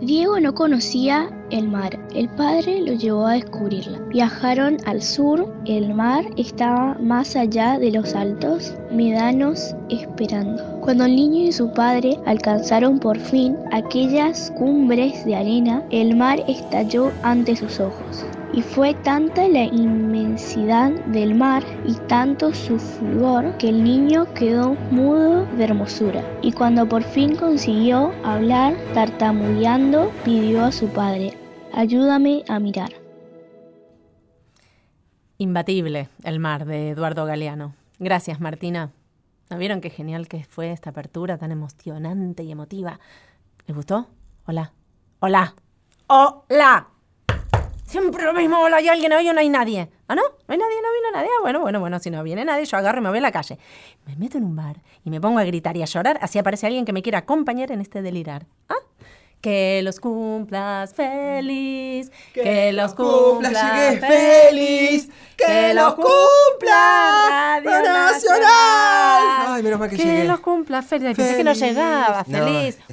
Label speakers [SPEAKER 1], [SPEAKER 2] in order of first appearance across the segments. [SPEAKER 1] Diego no conocía el mar. El padre lo llevó a descubrirla. Viajaron al sur. El mar estaba más allá de los altos medanos esperando. Cuando el niño y su padre alcanzaron por fin aquellas cumbres de arena, el mar estalló ante sus ojos. Y fue tanta la inmensidad del mar y tanto su fulgor que el niño quedó mudo de hermosura. Y cuando por fin consiguió hablar, tartamudeando, pidió a su padre, ayúdame a mirar.
[SPEAKER 2] Imbatible, el mar de Eduardo Galeano. Gracias, Martina. ¿No vieron qué genial que fue esta apertura tan emocionante y emotiva? ¿Les gustó? Hola. Hola. Hola. Siempre lo mismo, hola, hay alguien hoy o no hay nadie. ¿Ah, no? ¿No hay nadie? ¿No vino nadie? Ah, bueno, bueno, bueno, si no viene nadie, yo agarro y me voy a la calle. Me meto en un bar y me pongo a gritar y a llorar, así aparece alguien que me quiera acompañar en este delirar. ¿Ah? Que los cumplas feliz, que, los cumplas,
[SPEAKER 3] llegues feliz, que los cumplas
[SPEAKER 2] Radio
[SPEAKER 3] nacional. Ay, menos mal que llegué.
[SPEAKER 2] los cumplas feliz. Pensé que no
[SPEAKER 3] Feliz.
[SPEAKER 2] llegaba,
[SPEAKER 3] No,
[SPEAKER 2] feliz.
[SPEAKER 3] estoy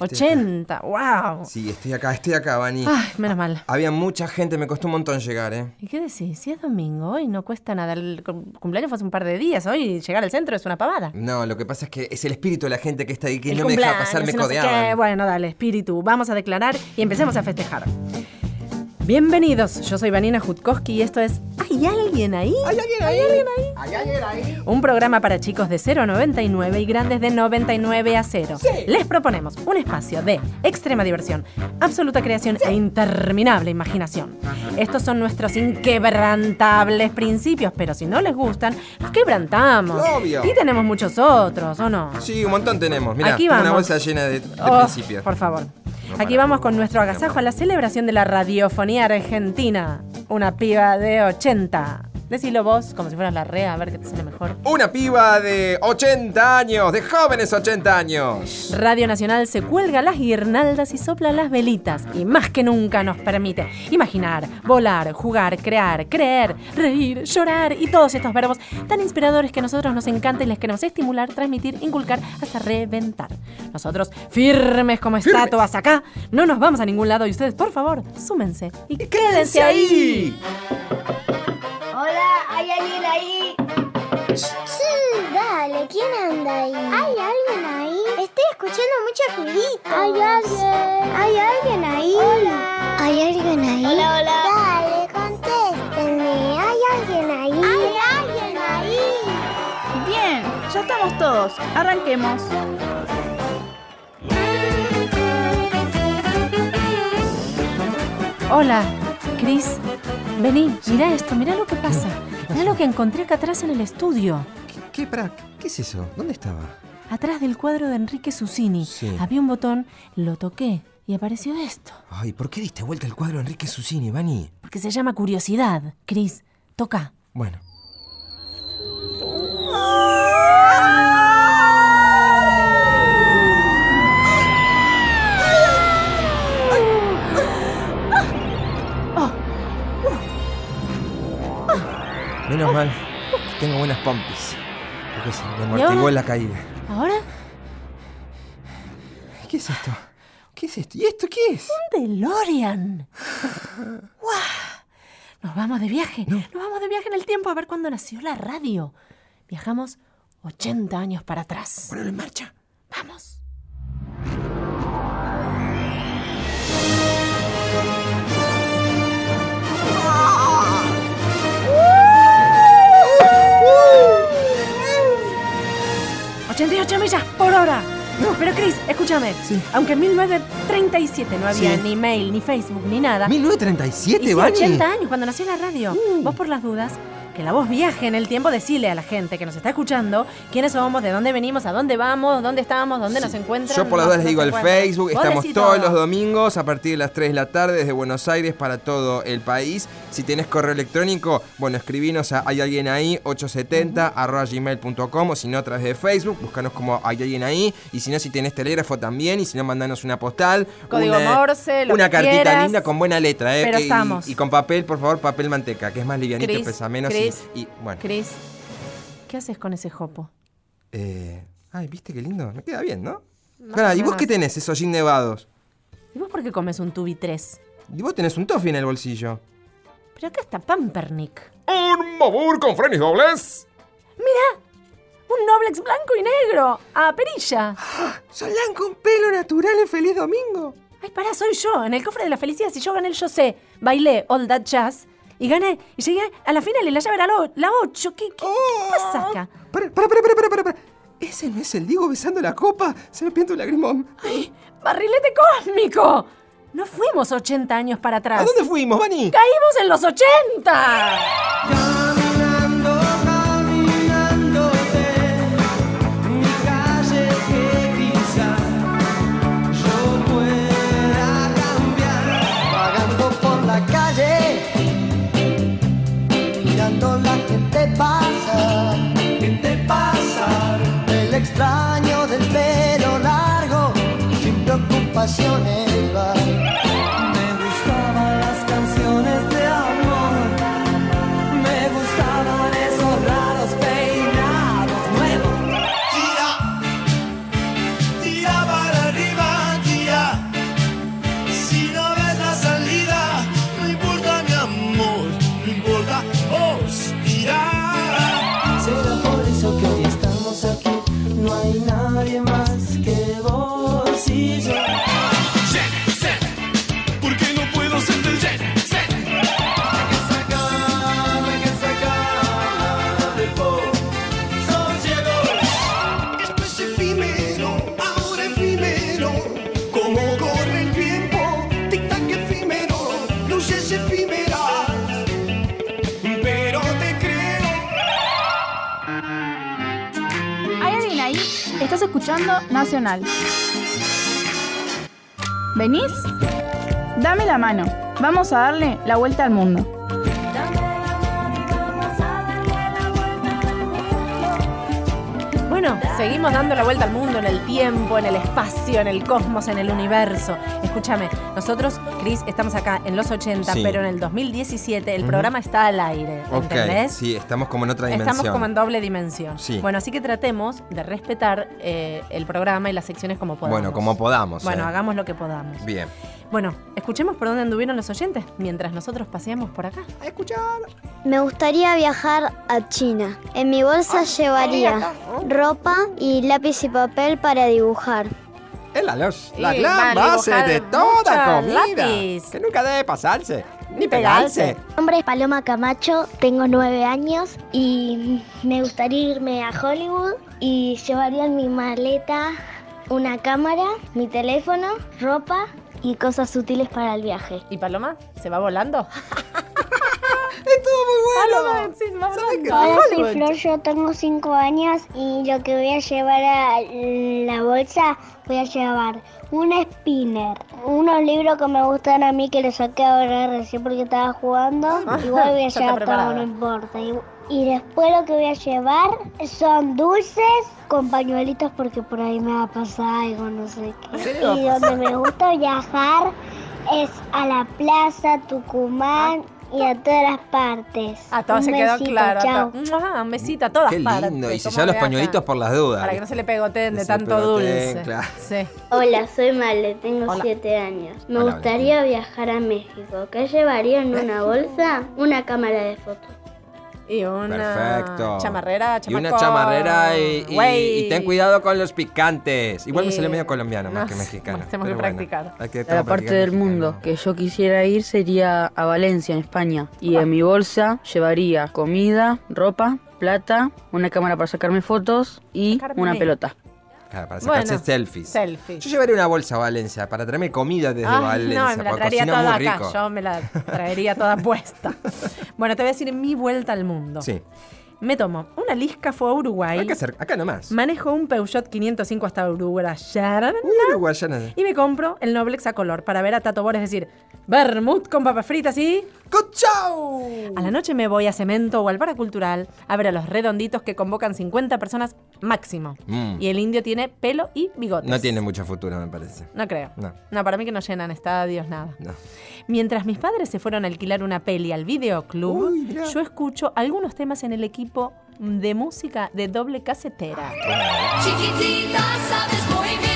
[SPEAKER 2] 80,
[SPEAKER 3] acá.
[SPEAKER 2] wow.
[SPEAKER 3] Sí, estoy acá, estoy acá, Vani.
[SPEAKER 2] Ay, menos mal.
[SPEAKER 3] Había mucha gente, me costó un montón llegar, ¿eh?
[SPEAKER 2] ¿Y qué decís? Si es domingo, hoy no cuesta nada. El cum- cumpleaños fue hace un par de días. Hoy llegar al centro es una pavada.
[SPEAKER 3] No, lo que pasa es que es el espíritu de la gente que está ahí que
[SPEAKER 2] El
[SPEAKER 3] no me deja
[SPEAKER 2] cumpleaños,
[SPEAKER 3] pasar, me
[SPEAKER 2] no sé qué.
[SPEAKER 3] codeaban.
[SPEAKER 2] Bueno, dale, espíritu. Vamos a declarar y empecemos a festejar. Bienvenidos. Yo soy Vanina Jutkowski y esto es ¿Hay alguien ahí?
[SPEAKER 3] ¿Hay alguien ahí? ¿Hay alguien ahí? ¿Hay alguien ahí?
[SPEAKER 2] Un programa para chicos de 0 a 99 y grandes de 99 a 0. Les proponemos un espacio de extrema diversión, absoluta creación e interminable imaginación. Estos son nuestros inquebrantables principios, pero si no les gustan, los quebrantamos.
[SPEAKER 3] Obvio.
[SPEAKER 2] Y tenemos muchos otros, ¿o no?
[SPEAKER 3] Sí, un montón tenemos. Mirá,
[SPEAKER 2] Aquí
[SPEAKER 3] una
[SPEAKER 2] vamos.
[SPEAKER 3] bolsa llena de, de
[SPEAKER 2] Oh,
[SPEAKER 3] principios.
[SPEAKER 2] Por favor. Aquí
[SPEAKER 3] para.
[SPEAKER 2] vamos con nuestro agasajo a la celebración de la radiofonía argentina. Una piba de 80. Decilo vos, como si fueras la rea, a ver qué te sale mejor.
[SPEAKER 3] Una piba de 80 años, de jóvenes 80 años.
[SPEAKER 2] Radio Nacional se cuelga las guirnaldas y sopla las velitas y más que nunca nos permite imaginar, volar, jugar, crear, creer, reír, llorar y todos estos verbos tan inspiradores que a nosotros nos encanta y les queremos estimular, transmitir, inculcar hasta reventar. Nosotros, firmes como estatuas acá, no nos vamos a ningún lado y ustedes, por favor, súmense y quédense ahí.
[SPEAKER 4] Hola, ¿hay alguien ahí?
[SPEAKER 5] Sí, dale, ¿quién anda ahí?
[SPEAKER 4] ¿Hay alguien ahí?
[SPEAKER 5] Estoy escuchando muchos ruiditos.
[SPEAKER 4] ¿Hay alguien?
[SPEAKER 5] ¿Hay alguien ahí?
[SPEAKER 4] Hola.
[SPEAKER 5] ¿Hay alguien ahí?
[SPEAKER 4] Hola, hola.
[SPEAKER 5] Dale, contéstenme. ¿Hay alguien ahí?
[SPEAKER 4] ¿Hay alguien ahí?
[SPEAKER 6] Bien, ya estamos todos. Arranquemos.
[SPEAKER 2] Hola, Cris. Vení, mira esto, mira lo que pasa. Mira lo que encontré acá atrás en el estudio.
[SPEAKER 3] ¿Qué, qué, pará, ¿Qué es eso? ¿Dónde estaba?
[SPEAKER 2] Atrás del cuadro de Enrique Susini
[SPEAKER 3] Sí.
[SPEAKER 2] había un botón, lo toqué y apareció esto.
[SPEAKER 3] Ay, ¿por qué diste vuelta el cuadro de Enrique Susini, Vani?
[SPEAKER 2] Porque se llama curiosidad. Cris, toca.
[SPEAKER 3] Bueno. Menos mal que tengo buenas pompis. Porque se me amortiguó
[SPEAKER 2] ahora?
[SPEAKER 3] la caída.
[SPEAKER 2] ¿Ahora?
[SPEAKER 3] ¿Qué es esto? ¿Qué es esto? ¿Y esto qué es?
[SPEAKER 2] Un DeLorean. ¡Guau! Nos vamos de viaje. Nos vamos de viaje en el tiempo a ver cuándo nació la radio. Viajamos 80 años para atrás.
[SPEAKER 3] Ponelo en marcha.
[SPEAKER 2] Vamos. ¡88 millas por hora! Pero Chris, escúchame.
[SPEAKER 3] Sí.
[SPEAKER 2] Aunque en 1937 no había
[SPEAKER 3] Sí.
[SPEAKER 2] ni mail, ni Facebook, ni nada. Y sí,
[SPEAKER 3] 1937, Vani.
[SPEAKER 2] 80 años cuando nació la radio.
[SPEAKER 3] Uh.
[SPEAKER 2] Vos por las dudas, que la voz viaje en el tiempo, decile a la gente que nos está escuchando quiénes somos, de dónde venimos, a dónde vamos, dónde estamos, dónde nos encuentran.
[SPEAKER 3] Yo por las
[SPEAKER 2] no-
[SPEAKER 3] dudas les
[SPEAKER 2] no
[SPEAKER 3] digo
[SPEAKER 2] se
[SPEAKER 3] el
[SPEAKER 2] encuentran.
[SPEAKER 3] Facebook,
[SPEAKER 2] Vos
[SPEAKER 3] estamos
[SPEAKER 2] decí
[SPEAKER 3] todos
[SPEAKER 2] todo.
[SPEAKER 3] los domingos a partir de las 3 de la tarde desde Buenos Aires para todo el país. Si tenés correo electrónico, bueno, escribinos a hay alguien ahí 870 arroba gmail.com o si no a través de Facebook, búscanos como hay alguien ahí y si no, si tenés telégrafo también y si no, mandanos una postal.
[SPEAKER 2] Código
[SPEAKER 3] una,
[SPEAKER 2] Morse, lo
[SPEAKER 3] Una
[SPEAKER 2] que
[SPEAKER 3] cartita
[SPEAKER 2] quieras.
[SPEAKER 3] linda con buena letra, ¿eh?
[SPEAKER 2] Pero
[SPEAKER 3] Y-
[SPEAKER 2] estamos.
[SPEAKER 3] Y, con papel, por favor, papel manteca, que es más livianito,
[SPEAKER 2] Cris,
[SPEAKER 3] pesa menos y-
[SPEAKER 2] Cris,
[SPEAKER 3] y, bueno.
[SPEAKER 2] Cris, ¿qué haces con ese jopo?
[SPEAKER 3] eh, ay, ¿viste qué lindo? Me queda bien, ¿no?
[SPEAKER 2] Más
[SPEAKER 3] Pará,
[SPEAKER 2] o
[SPEAKER 3] ¿y vos
[SPEAKER 2] menos.
[SPEAKER 3] qué tenés esos jeans nevados?
[SPEAKER 2] ¿Y vos porque comes un tubi 3.
[SPEAKER 3] Y vos tenés un toffee en el bolsillo.
[SPEAKER 2] Pero acá está Pampernick.
[SPEAKER 3] ¡Un mabur con frenes dobles!
[SPEAKER 2] Un Noblex blanco y negro. A perilla.
[SPEAKER 3] ¡Solán con pelo natural en Feliz Domingo!
[SPEAKER 2] Ay, pará, soy yo. En el cofre de la felicidad, si yo gané el yo sé, bailé All That Jazz y gané y llegué a la final y la llave era la o- la 8. ¿Qué, qué- qué
[SPEAKER 3] Oh.
[SPEAKER 2] pasa acá?
[SPEAKER 3] Para, para, para, para, para, para. ¿Ese no es el Diego besando la copa? Se me pianta un lagrimón.
[SPEAKER 2] ¡Ay, barrilete cósmico! No fuimos 80 años para atrás.
[SPEAKER 3] ¿A dónde fuimos, Vani?
[SPEAKER 2] ¡Caímos en los 80!
[SPEAKER 7] Caminando, caminando de mi calle que quizá yo pueda cambiar. Vagando por la calle, mirando la gente pasar, gente pasar. El extraño del pelo largo, sin preocupaciones va. Me gustaban las canciones de amor. Me gustaban esos raros peinados nuevos. Tira, tira para arriba, tira. Si no ves la salida, no importa mi amor, no importa, os tirar. Será por eso que hoy estamos aquí, no hay nadie más que vos y yo.
[SPEAKER 8] Porque no puedo ser del jet set.
[SPEAKER 7] Sacar, hay que sacar del Esto es efímero, ahora efímero. Como corre el tiempo, tic tac efímero, luces efímeras. Pero te creo.
[SPEAKER 9] ¿Hay alguien ahí? Estás escuchando Nacional. ¿Venís? Dame la mano. Vamos a darle la vuelta al mundo.
[SPEAKER 2] Bueno, seguimos dando la vuelta al mundo, en el tiempo, en el espacio, en el cosmos, en el universo. Escúchame, nosotros, Chris, estamos acá en los 80,
[SPEAKER 3] Sí.
[SPEAKER 2] pero en el 2017 el
[SPEAKER 3] Ujú.
[SPEAKER 2] programa está al aire,
[SPEAKER 3] Ok,
[SPEAKER 2] ¿entendés?
[SPEAKER 3] sí, estamos como en otra dimensión.
[SPEAKER 2] Estamos como en doble dimensión.
[SPEAKER 3] Sí.
[SPEAKER 2] Bueno, así que tratemos de respetar eh, el programa y las secciones como podamos.
[SPEAKER 3] Bueno, como podamos.
[SPEAKER 2] Bueno,
[SPEAKER 3] eh.
[SPEAKER 2] hagamos lo que podamos.
[SPEAKER 3] Bien.
[SPEAKER 2] Bueno, escuchemos por dónde anduvieron los oyentes mientras nosotros paseamos por acá.
[SPEAKER 10] Me gustaría viajar a China. En mi bolsa llevaría ropa y lápiz y papel para dibujar.
[SPEAKER 3] En la luz, la
[SPEAKER 2] Sí,
[SPEAKER 3] gran
[SPEAKER 2] van a
[SPEAKER 3] base
[SPEAKER 2] dibujar
[SPEAKER 3] de toda
[SPEAKER 2] mucho
[SPEAKER 3] comida.
[SPEAKER 2] lápiz.
[SPEAKER 3] Que nunca debe pasarse, ni
[SPEAKER 2] Ni pegarse.
[SPEAKER 3] pegarse.
[SPEAKER 11] Mi nombre es Paloma Camacho, tengo nueve años y me gustaría irme a Hollywood y llevaría en mi maleta una cámara, mi teléfono, ropa y cosas útiles para el viaje.
[SPEAKER 2] ¿Y Paloma? ¿Se va volando?
[SPEAKER 3] Estuvo muy bueno.
[SPEAKER 2] Paloma, sí, se va
[SPEAKER 3] ¿Sabes qué?
[SPEAKER 2] volando.
[SPEAKER 10] Hola, soy Flor, yo tengo 5 años y lo que voy a llevar a la bolsa, voy a llevar un spinner, unos libros que me gustan a mí que le saqué ahora recién porque estaba jugando,
[SPEAKER 2] Ah.
[SPEAKER 10] igual voy
[SPEAKER 2] Ya
[SPEAKER 10] a
[SPEAKER 2] está
[SPEAKER 10] llevar
[SPEAKER 2] preparada.
[SPEAKER 10] todo, no importa. Y, y después lo que voy a llevar son dulces con pañuelitos porque por ahí me va a pasar algo, no sé qué. Y donde me gusta viajar es a la plaza Tucumán.
[SPEAKER 2] Ah.
[SPEAKER 10] Y a todas las partes.
[SPEAKER 2] A todos
[SPEAKER 10] Un
[SPEAKER 2] Ah, se quedó
[SPEAKER 10] besito,
[SPEAKER 2] claro. a
[SPEAKER 10] chao.
[SPEAKER 2] todos. Mua, Un besito a todas
[SPEAKER 3] Qué
[SPEAKER 2] partes.
[SPEAKER 3] lindo. Y si
[SPEAKER 2] ¿Cómo
[SPEAKER 3] ya los
[SPEAKER 2] viajan?
[SPEAKER 3] pañuelitos por las dudas.
[SPEAKER 2] Para que no se le pegoteen
[SPEAKER 3] Que
[SPEAKER 2] de
[SPEAKER 3] se le
[SPEAKER 2] tanto
[SPEAKER 3] pegoteen,
[SPEAKER 2] dulce.
[SPEAKER 3] claro.
[SPEAKER 2] Sí.
[SPEAKER 10] Hola, soy Male, tengo
[SPEAKER 2] Hola.
[SPEAKER 10] 7 años. Me
[SPEAKER 3] Hola,
[SPEAKER 10] gustaría viajar a México. ¿Qué llevaría en una bolsa? Una cámara de fotos.
[SPEAKER 2] Y una
[SPEAKER 3] Perfecto.
[SPEAKER 2] chamarrera,
[SPEAKER 3] Y una
[SPEAKER 2] chamacón.
[SPEAKER 3] chamarrera y, y-
[SPEAKER 2] Güey.
[SPEAKER 3] y ten cuidado con los picantes. Igual me
[SPEAKER 2] Sí.
[SPEAKER 3] sale medio colombiano más
[SPEAKER 2] No,
[SPEAKER 3] que mexicano.
[SPEAKER 2] bueno, tenemos que
[SPEAKER 3] pero bueno,
[SPEAKER 2] practicar.
[SPEAKER 3] hay que-
[SPEAKER 12] A la
[SPEAKER 3] estamos
[SPEAKER 12] parte
[SPEAKER 3] practicando
[SPEAKER 12] del
[SPEAKER 3] mexicano.
[SPEAKER 12] mundo que yo quisiera ir sería a Valencia, en España. Y en mi bolsa llevaría comida, ropa, plata, una cámara para sacarme fotos y
[SPEAKER 2] Sacarme.
[SPEAKER 12] una pelota.
[SPEAKER 3] Claro, para sacarse
[SPEAKER 2] Bueno,
[SPEAKER 3] selfies.
[SPEAKER 2] selfie.
[SPEAKER 3] Yo llevaré una bolsa a Valencia para traerme comida desde
[SPEAKER 2] Ay,
[SPEAKER 3] Valencia.
[SPEAKER 2] no, me la
[SPEAKER 3] porque
[SPEAKER 2] traería
[SPEAKER 3] cocina
[SPEAKER 2] toda
[SPEAKER 3] muy
[SPEAKER 2] acá.
[SPEAKER 3] rico.
[SPEAKER 2] Yo me la traería toda puesta. Bueno, te voy a decir mi vuelta al mundo.
[SPEAKER 3] Sí.
[SPEAKER 2] Me tomo una lisca, fue a Uruguay.
[SPEAKER 3] Hay que hacer acá nomás.
[SPEAKER 2] Manejo un Peugeot 505 hasta Uruguay.
[SPEAKER 3] Uh, Uruguayana.
[SPEAKER 2] Y me compro el Noblex a color para ver a Tato Bores decir, Bermud con papas fritas y...
[SPEAKER 3] ¡Cochau!
[SPEAKER 2] A la noche me voy a Cemento o al Paracultural a ver a los redonditos que convocan 50 personas máximo.
[SPEAKER 3] Mm.
[SPEAKER 2] Y el indio tiene pelo y bigotes.
[SPEAKER 3] No tiene mucho futuro, me parece.
[SPEAKER 2] No creo.
[SPEAKER 3] No.
[SPEAKER 2] para mí que no llenan estadios, nada.
[SPEAKER 3] No.
[SPEAKER 2] Mientras mis padres se fueron a alquilar una peli al videoclub,
[SPEAKER 3] Uy, mirá.
[SPEAKER 2] yo escucho algunos temas en el equipo de música de doble casetera.
[SPEAKER 3] Ah.
[SPEAKER 13] Chiquitita, sabes muy bien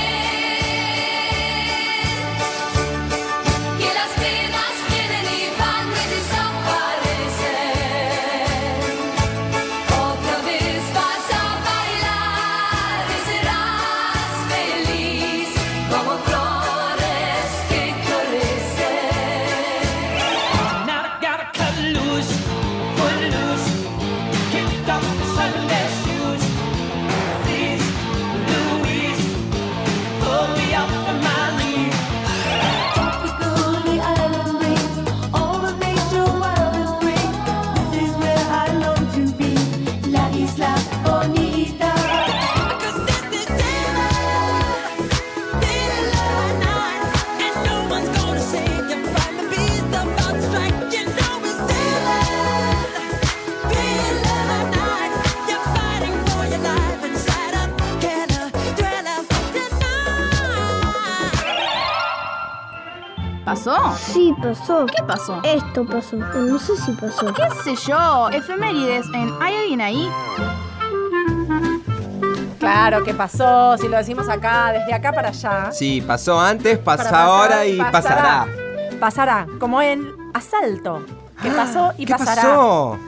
[SPEAKER 6] ¿Pasó?
[SPEAKER 5] Sí, pasó.
[SPEAKER 6] ¿Qué pasó? Eh,
[SPEAKER 5] Esto pasó. O No sé si pasó.
[SPEAKER 6] ¿Qué sé yo? Efemérides en ¿Hay alguien ahí?
[SPEAKER 2] Claro, ¿qué pasó? Si lo decimos acá, desde acá para allá.
[SPEAKER 3] Sí, pasó antes, pasa
[SPEAKER 2] Para pasar,
[SPEAKER 3] ahora y
[SPEAKER 2] pasará.
[SPEAKER 3] pasará.
[SPEAKER 2] Pasará, como el asalto. Que pasó y
[SPEAKER 3] Ah, ¿Qué
[SPEAKER 2] pasará.
[SPEAKER 3] pasó?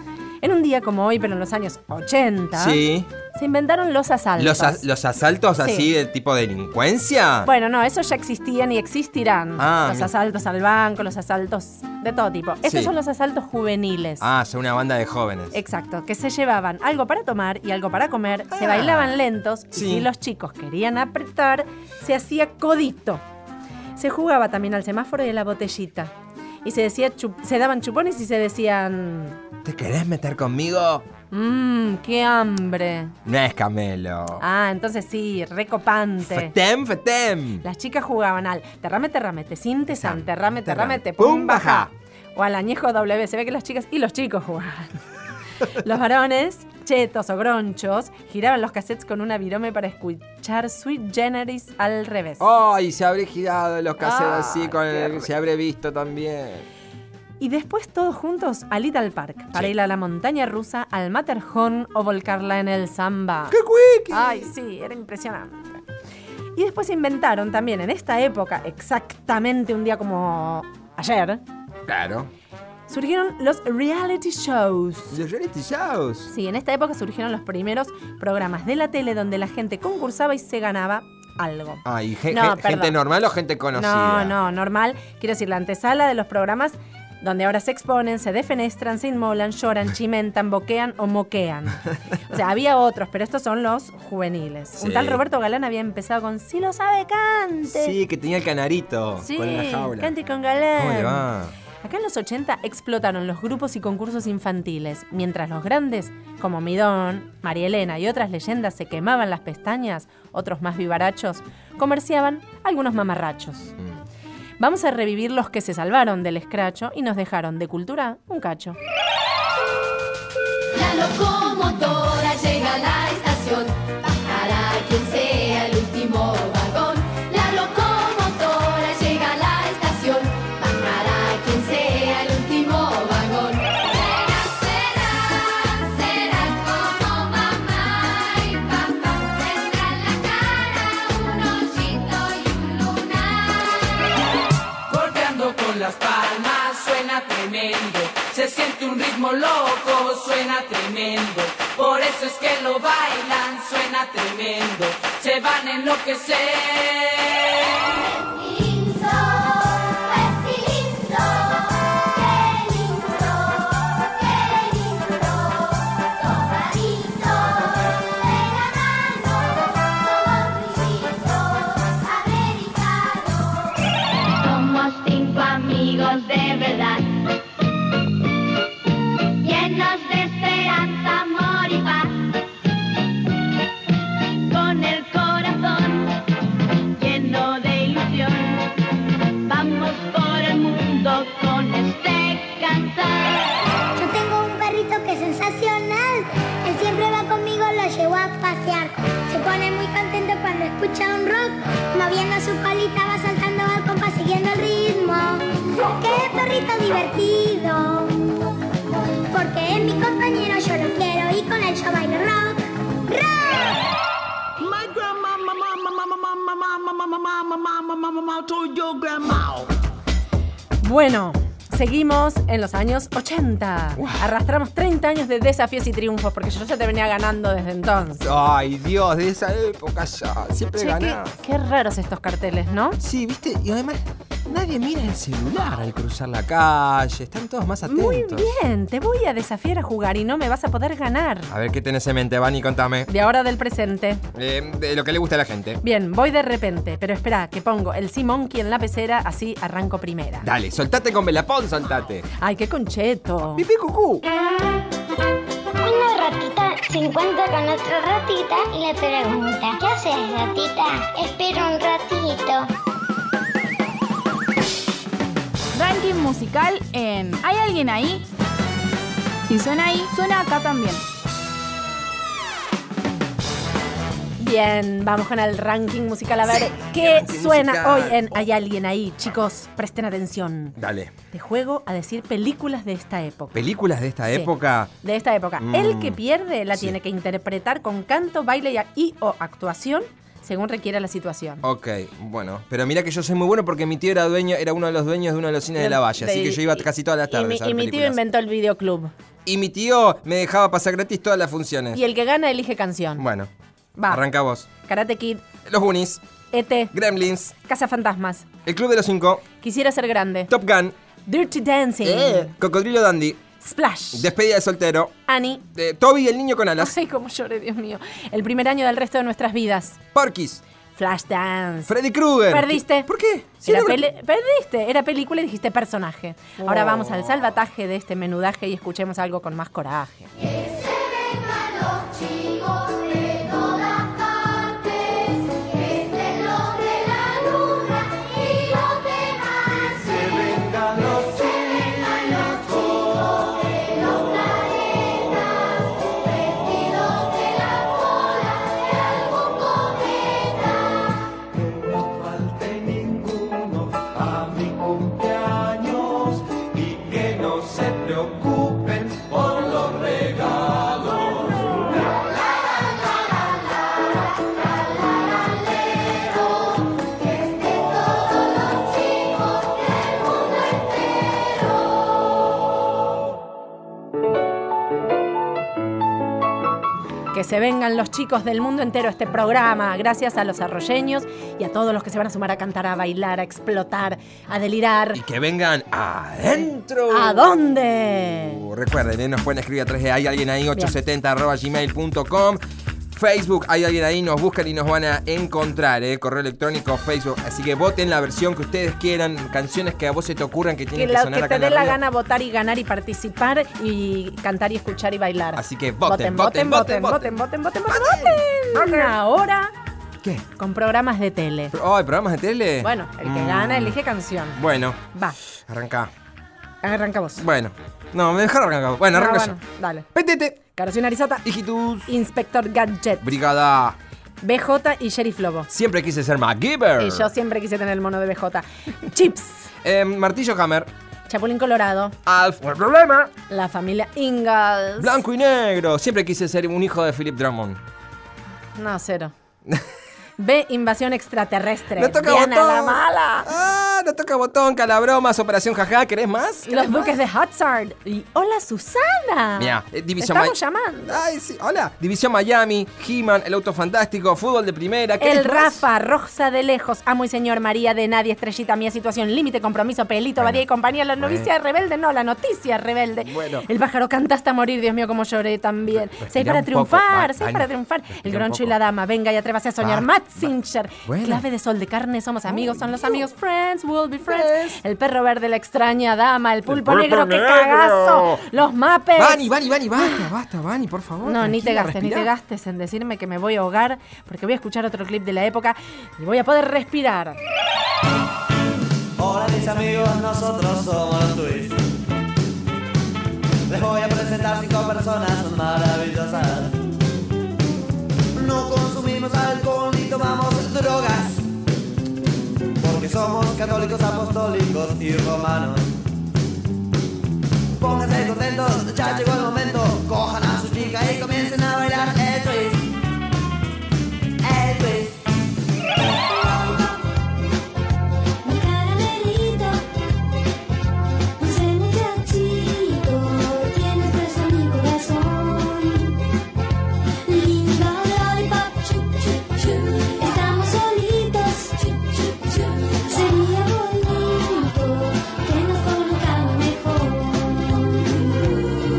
[SPEAKER 2] En un día como hoy, pero en los años 80,
[SPEAKER 3] Sí.
[SPEAKER 2] se inventaron los asaltos.
[SPEAKER 3] ¿Los, as- los asaltos
[SPEAKER 2] Sí. Pues,
[SPEAKER 3] así del tipo delincuencia?
[SPEAKER 2] Bueno, no, esos ya existían y existirán.
[SPEAKER 3] Ah,
[SPEAKER 2] los
[SPEAKER 3] mira.
[SPEAKER 2] asaltos al banco, los asaltos de todo tipo. Estos
[SPEAKER 3] Sí.
[SPEAKER 2] son los asaltos juveniles.
[SPEAKER 3] Ah, son una banda de jóvenes.
[SPEAKER 2] Exacto, que se llevaban algo para tomar y algo para comer, se bailaban lentos
[SPEAKER 3] Ah. Sí.
[SPEAKER 2] y si los chicos querían apretar, se hacía codito. Se jugaba también al semáforo y a la botellita. Y se decía chup- se daban chupones y se decían,
[SPEAKER 3] ¿Te querés meter conmigo?
[SPEAKER 2] mmm, qué hambre.
[SPEAKER 3] No es Camelo.
[SPEAKER 2] Ah, entonces sí, recopante.
[SPEAKER 3] Fetem, fetem.
[SPEAKER 2] Las chicas jugaban al terrame, terrame, te sientes san, terrame, terrame,
[SPEAKER 3] terrame,
[SPEAKER 2] te pum,
[SPEAKER 3] pum, baja.
[SPEAKER 2] baja. O al añejo W. Se ve que las chicas y los chicos jugaban. Los varones, chetos o gronchos, giraban los cassettes con una virome para escuchar Sweet Generis al revés.
[SPEAKER 3] Ay, se habré girado los caseros
[SPEAKER 2] Ah,
[SPEAKER 3] así con
[SPEAKER 2] qué
[SPEAKER 3] el-
[SPEAKER 2] rico. Ah.
[SPEAKER 3] se habré visto también.
[SPEAKER 2] Y después todos juntos a Little Park para
[SPEAKER 3] Sí.
[SPEAKER 2] ir a la montaña rusa, al Matterhorn o volcarla en el samba.
[SPEAKER 3] ¡Qué quick!
[SPEAKER 2] Ay, sí, era impresionante. Y después inventaron también en esta época, exactamente un día como ayer,
[SPEAKER 3] Claro.
[SPEAKER 2] surgieron los reality shows.
[SPEAKER 3] Los reality shows.
[SPEAKER 2] Sí, en esta época surgieron los primeros programas de la tele donde la gente concursaba y se ganaba algo.
[SPEAKER 3] Ay, gen-
[SPEAKER 2] No,
[SPEAKER 3] gen- gente
[SPEAKER 2] perdón.
[SPEAKER 3] normal o gente
[SPEAKER 2] No,
[SPEAKER 3] conocida.
[SPEAKER 2] no, normal. Quiero decir, la antesala de los programas donde ahora se exponen, se defenestran, se inmolan, lloran, chimentan, boquean o moquean. O sea, había otros, pero estos son los juveniles.
[SPEAKER 3] Sí.
[SPEAKER 2] Un tal Roberto Galán había empezado con Si lo sabe, cante.
[SPEAKER 3] Sí, que tenía el canarito
[SPEAKER 2] Sí,
[SPEAKER 3] con la jaula.
[SPEAKER 2] cante con
[SPEAKER 3] ¿Cómo
[SPEAKER 2] Galán.
[SPEAKER 3] le va?
[SPEAKER 2] Acá en los 80 explotaron los grupos y concursos infantiles, mientras los grandes, como Midón, María Elena y otras leyendas, se quemaban las pestañas, otros más vivarachos, comerciaban algunos mamarrachos.
[SPEAKER 3] Mm.
[SPEAKER 2] Vamos a revivir los que se salvaron del escracho y nos dejaron de cultura un cacho.
[SPEAKER 13] La locomotora llega a la estación, bajará quien sea el último vagón. La locomotora llega a la estación, bajará quien sea el último vagón. Será, será, será como mamá y papá. Tendrá en la cara un hoyito y un lunar.
[SPEAKER 7] Golpeando con las palmas suena tremendo. Se siente un ritmo loco, suena tremendo. Por eso es que lo bailan, suena tremendo. Se van a enloquecer.
[SPEAKER 4] Lindo, pues qué lindo, qué lindo, qué lindo. Tomaditos de la mano, somos brillitos americanos.
[SPEAKER 13] Somos cinco amigos de verdad, llenos de esperanza, amor y paz, con el corazón lleno de ilusión. Vamos por el mundo con este cantar.
[SPEAKER 4] Yo tengo un perrito que es sensacional. Él siempre va conmigo, lo llevo a pasear. Se pone muy contento cuando escucha un rock. Moviendo su colita va saltando al compás siguiendo el ritmo. ¡Qué perrito divertido! Porque es mi compañero, yo lo quiero y con él yo bailo rock. ¡Rock!
[SPEAKER 7] My grandma, ma, ma, ma, ma, ma, ma, ma, ma, ma, ma, ma, ma, ma, ma, ma, ma, ma, told your grandma.
[SPEAKER 2] Bueno, seguimos en los años 80. Arrastramos 30 años de desafíos y triunfos porque yo ya te venía ganando desde entonces.
[SPEAKER 3] Ay, Dios, de esa época ya. Siempre
[SPEAKER 2] Che, qué,
[SPEAKER 3] ganaba.
[SPEAKER 2] qué raros estos carteles, ¿no?
[SPEAKER 3] Sí, viste, y además nadie mira el celular al cruzar la calle. Están todos más atentos.
[SPEAKER 2] Muy bien, te voy a desafiar a jugar y no me vas a poder ganar.
[SPEAKER 3] A ver qué tenés en mente, Vani, contame.
[SPEAKER 2] De ahora del presente.
[SPEAKER 3] Eh, de lo que le gusta a la gente.
[SPEAKER 2] Bien, voy de repente, pero espera, que pongo el Sea Monkey en la pecera, así arranco primera.
[SPEAKER 3] Dale, soltate con Belapón, soltate.
[SPEAKER 2] Ay, qué concheto.
[SPEAKER 3] Pipí cucú.
[SPEAKER 5] Una ratita se encuentra con otra ratita y le pregunta, ¿qué haces ratita? Espera un ratito.
[SPEAKER 6] Ranking musical en ¿Hay alguien ahí? Si suena ahí, suena acá también.
[SPEAKER 2] Bien, vamos con el ranking musical a ver qué
[SPEAKER 3] ranking
[SPEAKER 2] suena hoy
[SPEAKER 3] musical.
[SPEAKER 2] en Hay alguien ahí. Chicos, presten atención.
[SPEAKER 3] Dale.
[SPEAKER 2] Te juego a decir películas de esta época.
[SPEAKER 3] Películas de esta
[SPEAKER 2] Sí.
[SPEAKER 3] época.
[SPEAKER 2] De esta época.
[SPEAKER 3] Mm.
[SPEAKER 2] El que pierde la
[SPEAKER 3] Sí.
[SPEAKER 2] tiene que interpretar con canto, baile y, y o actuación según requiera la situación.
[SPEAKER 3] Ok, bueno. Pero mira que yo soy muy bueno porque mi tío era dueño, era uno de los dueños de uno de los cines de la valle, así
[SPEAKER 2] De-
[SPEAKER 3] que yo iba casi todas las
[SPEAKER 2] Y mi,
[SPEAKER 3] tardes a ver
[SPEAKER 2] y mi tío
[SPEAKER 3] películas.
[SPEAKER 2] inventó el videoclub.
[SPEAKER 3] Y mi tío me dejaba pasar gratis todas las funciones.
[SPEAKER 2] Y el que gana elige canción.
[SPEAKER 3] Bueno,
[SPEAKER 2] Va.
[SPEAKER 3] arranca vos.
[SPEAKER 2] Karate Kid, E
[SPEAKER 3] Los Unis,
[SPEAKER 2] ET,
[SPEAKER 3] Gremlins,
[SPEAKER 2] Casa Fantasmas,
[SPEAKER 3] El Club de los Cinco,
[SPEAKER 2] Quisiera ser grande,
[SPEAKER 3] Top Gun,
[SPEAKER 2] Dirty Dancing,
[SPEAKER 3] Cocodrilo Dandy,
[SPEAKER 2] Splash,
[SPEAKER 3] Despedida Eh. de Soltero,
[SPEAKER 2] Annie.
[SPEAKER 3] eh, Toby y el Niño con Alas,
[SPEAKER 2] Ay, cómo lloré, Dios mío. El primer año del resto de nuestras vidas.
[SPEAKER 3] Porky's,
[SPEAKER 2] Flashdance.
[SPEAKER 3] Freddy Krueger.
[SPEAKER 2] Perdiste.
[SPEAKER 3] ¿Por qué? Si
[SPEAKER 2] Era
[SPEAKER 3] no-
[SPEAKER 2] pele- Perdiste. Era película y dijiste personaje. Ahora
[SPEAKER 3] Oh.
[SPEAKER 2] vamos al salvataje de este menudaje y escuchemos algo con más coraje.
[SPEAKER 13] Los chicos de todas partes, estén los de la luna y los de Marte. Se vengan los chicos de los planetas, vestidos de la cola de algún cometa. Que no falte ninguno a mi cumpleaños y que no se preocupen por los regalos.
[SPEAKER 2] Que se vengan los chicos del mundo entero a este programa, gracias a los arroyeños y a todos los que se van a sumar a cantar, a bailar, a explotar, a delirar.
[SPEAKER 3] Y que vengan adentro.
[SPEAKER 2] ¿A dónde?
[SPEAKER 3] Uh, Recuerden, ¿eh? nos pueden escribir a través de hay alguien ahí, 870 arroba gmail.com. Facebook, hay alguien ahí, nos buscan y nos van a encontrar, ¿eh? correo electrónico, Facebook. Así que voten la versión que ustedes quieran, canciones que a vos se te ocurran que
[SPEAKER 2] Que,
[SPEAKER 3] tienen que,
[SPEAKER 2] la,
[SPEAKER 3] sonar
[SPEAKER 2] que
[SPEAKER 3] acá
[SPEAKER 2] te
[SPEAKER 3] en la
[SPEAKER 2] dé la
[SPEAKER 3] radio.
[SPEAKER 2] gana votar y ganar y participar y cantar y escuchar y bailar.
[SPEAKER 3] Así que voten, voten, voten, voten.
[SPEAKER 2] voten, voten, voten, voten, voten. Ahora
[SPEAKER 3] ¿Qué?
[SPEAKER 2] con programas de tele.
[SPEAKER 3] Pro- ay, programas de tele?
[SPEAKER 2] Bueno, el que
[SPEAKER 3] Mm.
[SPEAKER 2] gana elige canción.
[SPEAKER 3] Bueno,
[SPEAKER 2] Va,
[SPEAKER 3] arrancá.
[SPEAKER 2] arranca vos.
[SPEAKER 3] Bueno. No, me dejaron arrancar. Bueno,
[SPEAKER 2] No,
[SPEAKER 3] arranca
[SPEAKER 2] Ah, bueno, dale.
[SPEAKER 3] yo. Petete,
[SPEAKER 2] Carolina Arizota,
[SPEAKER 3] hijitus.
[SPEAKER 2] Inspector Gadget,
[SPEAKER 3] Brigada.
[SPEAKER 2] BJ y Sheriff Lobo.
[SPEAKER 3] Siempre quise ser MacGyver.
[SPEAKER 2] Y yo siempre quise tener el mono de BJ. Chips,
[SPEAKER 3] Eh, Martillo Hammer.
[SPEAKER 2] Chapulín Colorado,
[SPEAKER 3] Alf. No hay problema.
[SPEAKER 2] la familia Ingalls.
[SPEAKER 3] Blanco y negro. Siempre quise ser un hijo de Philip Drummond.
[SPEAKER 2] No, cero. B, invasión extraterrestre.
[SPEAKER 3] No toca
[SPEAKER 2] Diana
[SPEAKER 3] botón.
[SPEAKER 2] la mala.
[SPEAKER 3] Ah, no toca botón, calabromas, operación jaja. ¿Querés más?
[SPEAKER 2] Los buques de Hatzard. Y hola, Susana.
[SPEAKER 3] Mira, eh, División
[SPEAKER 2] Estamos
[SPEAKER 3] Miami.
[SPEAKER 2] llamando.
[SPEAKER 3] Ay, sí, hola. División Miami, He-Man, el auto fantástico, fútbol de primera. ¿querés
[SPEAKER 2] El
[SPEAKER 3] más?
[SPEAKER 2] Rafa, Rosa de Lejos, Amo y Señor, María de Nadie, Estrellita Mía, Situación Límite, Compromiso, Pelito, Badía y compañía, La
[SPEAKER 3] Bueno.
[SPEAKER 2] novicia rebelde, no, la noticia rebelde.
[SPEAKER 3] Bueno.
[SPEAKER 2] El pájaro canta hasta morir, Dios mío, como lloré también.
[SPEAKER 3] Respira
[SPEAKER 2] Seis para
[SPEAKER 3] un poco,
[SPEAKER 2] triunfar,
[SPEAKER 3] va-
[SPEAKER 2] seis
[SPEAKER 3] Ana,
[SPEAKER 2] para triunfar. El
[SPEAKER 3] respira un
[SPEAKER 2] groncho y
[SPEAKER 3] poco.
[SPEAKER 2] la dama, venga y atrévase a soñar.
[SPEAKER 3] Va-
[SPEAKER 2] Matzinger,
[SPEAKER 3] Bueno. Uh,
[SPEAKER 2] clave de sol de carne, somos amigos, son los amigos. Friends, will be friends. El perro verde, la extraña dama, el pulpo,
[SPEAKER 3] pulpo
[SPEAKER 2] negro, que
[SPEAKER 3] negro.
[SPEAKER 2] cagazo. Los mapes.
[SPEAKER 3] Vani, Vani, Vani, basta, basta, Vani, por favor.
[SPEAKER 2] Ah. No, ni te
[SPEAKER 3] tranquila,
[SPEAKER 2] gastes, ni te
[SPEAKER 3] respirá.
[SPEAKER 2] gastes en decirme que me voy a ahogar porque voy a escuchar otro clip de la época y voy a poder respirar.
[SPEAKER 7] Hola mis amigos, nosotros somos los Twist. Les voy a presentar cinco personas maravillosas. No consumimos alcohol ni tomamos drogas. Porque somos católicos, apostólicos y romanos. Pónganse contentos, ya llegó el momento. Cojan a su chica y comiencen a bailar el twist. El twist.
[SPEAKER 4] Un caramelito, un segundachito, tienes preso mi corazón. Lindo lollipop, chup, chup, chup, estamos solitos, chup, chup, chup. Sería bonito que nos colocamos mejor.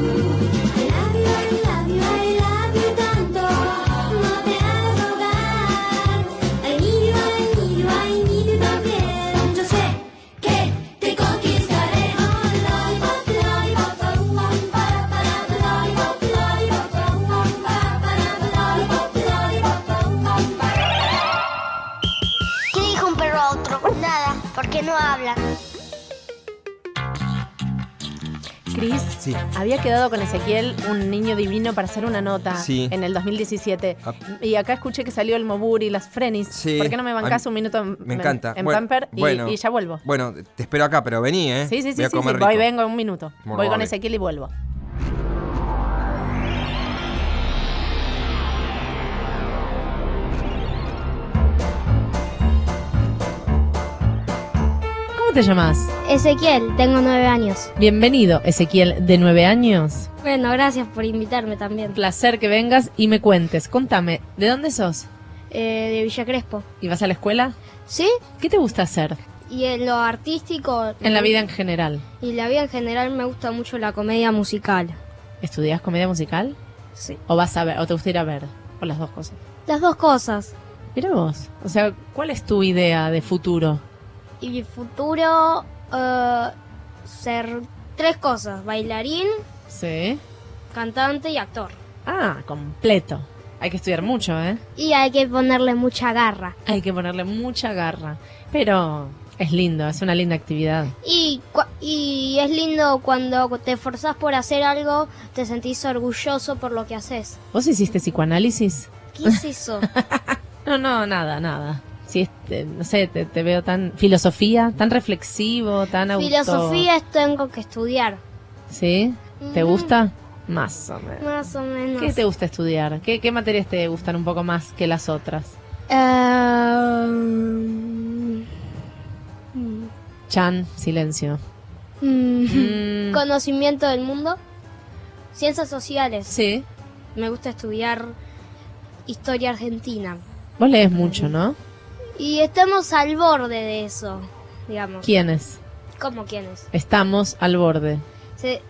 [SPEAKER 4] I love you, I love you, I love you tanto, no te hagas rogar. I need you, I need you, I need you también. Yo sé que te conquistaré. Oh, lollipop, lollipop, oh, oh, para, para, lollipop, lollipop, oh, oh, para, para, lollipop, lollipop, oh, oh, para, para.
[SPEAKER 5] ¿Qué dijo un perro a otro? Nada, porque no habla.
[SPEAKER 2] Cris,
[SPEAKER 3] Sí.
[SPEAKER 2] había quedado con Ezequiel, un niño divino, para hacer una nota
[SPEAKER 3] Sí.
[SPEAKER 2] en el 2017.
[SPEAKER 3] Ah.
[SPEAKER 2] Y acá escuché que salió el Moburi, las Frenis.
[SPEAKER 3] Sí.
[SPEAKER 2] ¿Por qué no me bancás
[SPEAKER 3] A mí-
[SPEAKER 2] un minuto en,
[SPEAKER 3] Me encanta.
[SPEAKER 2] en, en
[SPEAKER 3] Bueno,
[SPEAKER 2] Pamper y,
[SPEAKER 3] bueno.
[SPEAKER 2] y ya vuelvo?
[SPEAKER 3] Bueno, te espero acá, pero vení, ¿eh?
[SPEAKER 2] Sí, sí, sí,
[SPEAKER 3] Voy a
[SPEAKER 2] sí,
[SPEAKER 3] comer
[SPEAKER 2] sí.
[SPEAKER 3] rico.
[SPEAKER 2] Voy, vengo en un minuto.
[SPEAKER 3] Bueno,
[SPEAKER 2] Voy con
[SPEAKER 3] vale.
[SPEAKER 2] Ezequiel y vuelvo. ¿Cómo te llamas?
[SPEAKER 10] Ezequiel, tengo nueve años.
[SPEAKER 2] Bienvenido, Ezequiel, de nueve años.
[SPEAKER 10] Bueno, gracias por invitarme también.
[SPEAKER 2] Placer que vengas y me cuentes. Contame, ¿de dónde sos?
[SPEAKER 10] Eh, de Villa Crespo.
[SPEAKER 2] ¿Y vas a la escuela?
[SPEAKER 10] ¿Sí?
[SPEAKER 2] ¿Qué te gusta hacer
[SPEAKER 10] Y en lo artístico...
[SPEAKER 2] en la vida en general?
[SPEAKER 10] Y la vida en general me gusta mucho la comedia musical.
[SPEAKER 2] ¿Estudias comedia musical?
[SPEAKER 10] Sí.
[SPEAKER 2] ¿O vas a ver, o te gusta ir a ver? ¿O las dos cosas?
[SPEAKER 10] Las dos cosas.
[SPEAKER 2] Mira vos. O sea, ¿cuál es tu idea de futuro?
[SPEAKER 10] Y mi futuro... eh, ser tres cosas. Bailarín,
[SPEAKER 2] Sí.
[SPEAKER 10] cantante y actor.
[SPEAKER 2] Ah, completo. Hay que estudiar mucho, ¿eh?
[SPEAKER 10] Y hay que ponerle mucha garra.
[SPEAKER 2] Hay que ponerle mucha garra. Pero es lindo, es una linda actividad.
[SPEAKER 10] Y, cua- y es lindo cuando te esforzás por hacer algo, te sentís orgulloso por lo que haces.
[SPEAKER 2] ¿Vos hiciste psicoanálisis?
[SPEAKER 10] ¿Qué es eso?
[SPEAKER 2] No, no, nada, nada. Sí, este, no sé, te, te veo tan filosofía, tan reflexivo, tan auto-
[SPEAKER 10] Filosofía es tengo que estudiar,
[SPEAKER 2] ¿Sí? ¿Te
[SPEAKER 10] Ujú.
[SPEAKER 2] gusta? Más o menos.
[SPEAKER 10] más o menos.
[SPEAKER 2] ¿Qué te gusta estudiar? ¿Qué, qué materias te gustan un poco más que las otras?
[SPEAKER 10] Ah, Em, mm,
[SPEAKER 2] Chan, silencio.
[SPEAKER 10] mm,
[SPEAKER 2] Mm.
[SPEAKER 10] Conocimiento del mundo. Ciencias sociales.
[SPEAKER 2] Sí.
[SPEAKER 10] Me gusta estudiar historia argentina.
[SPEAKER 2] Vos lees mucho, ¿no?
[SPEAKER 10] Y estamos al borde de eso, digamos.
[SPEAKER 2] ¿Quiénes?
[SPEAKER 10] ¿Cómo quiénes?
[SPEAKER 2] Estamos al borde.
[SPEAKER 10] Se-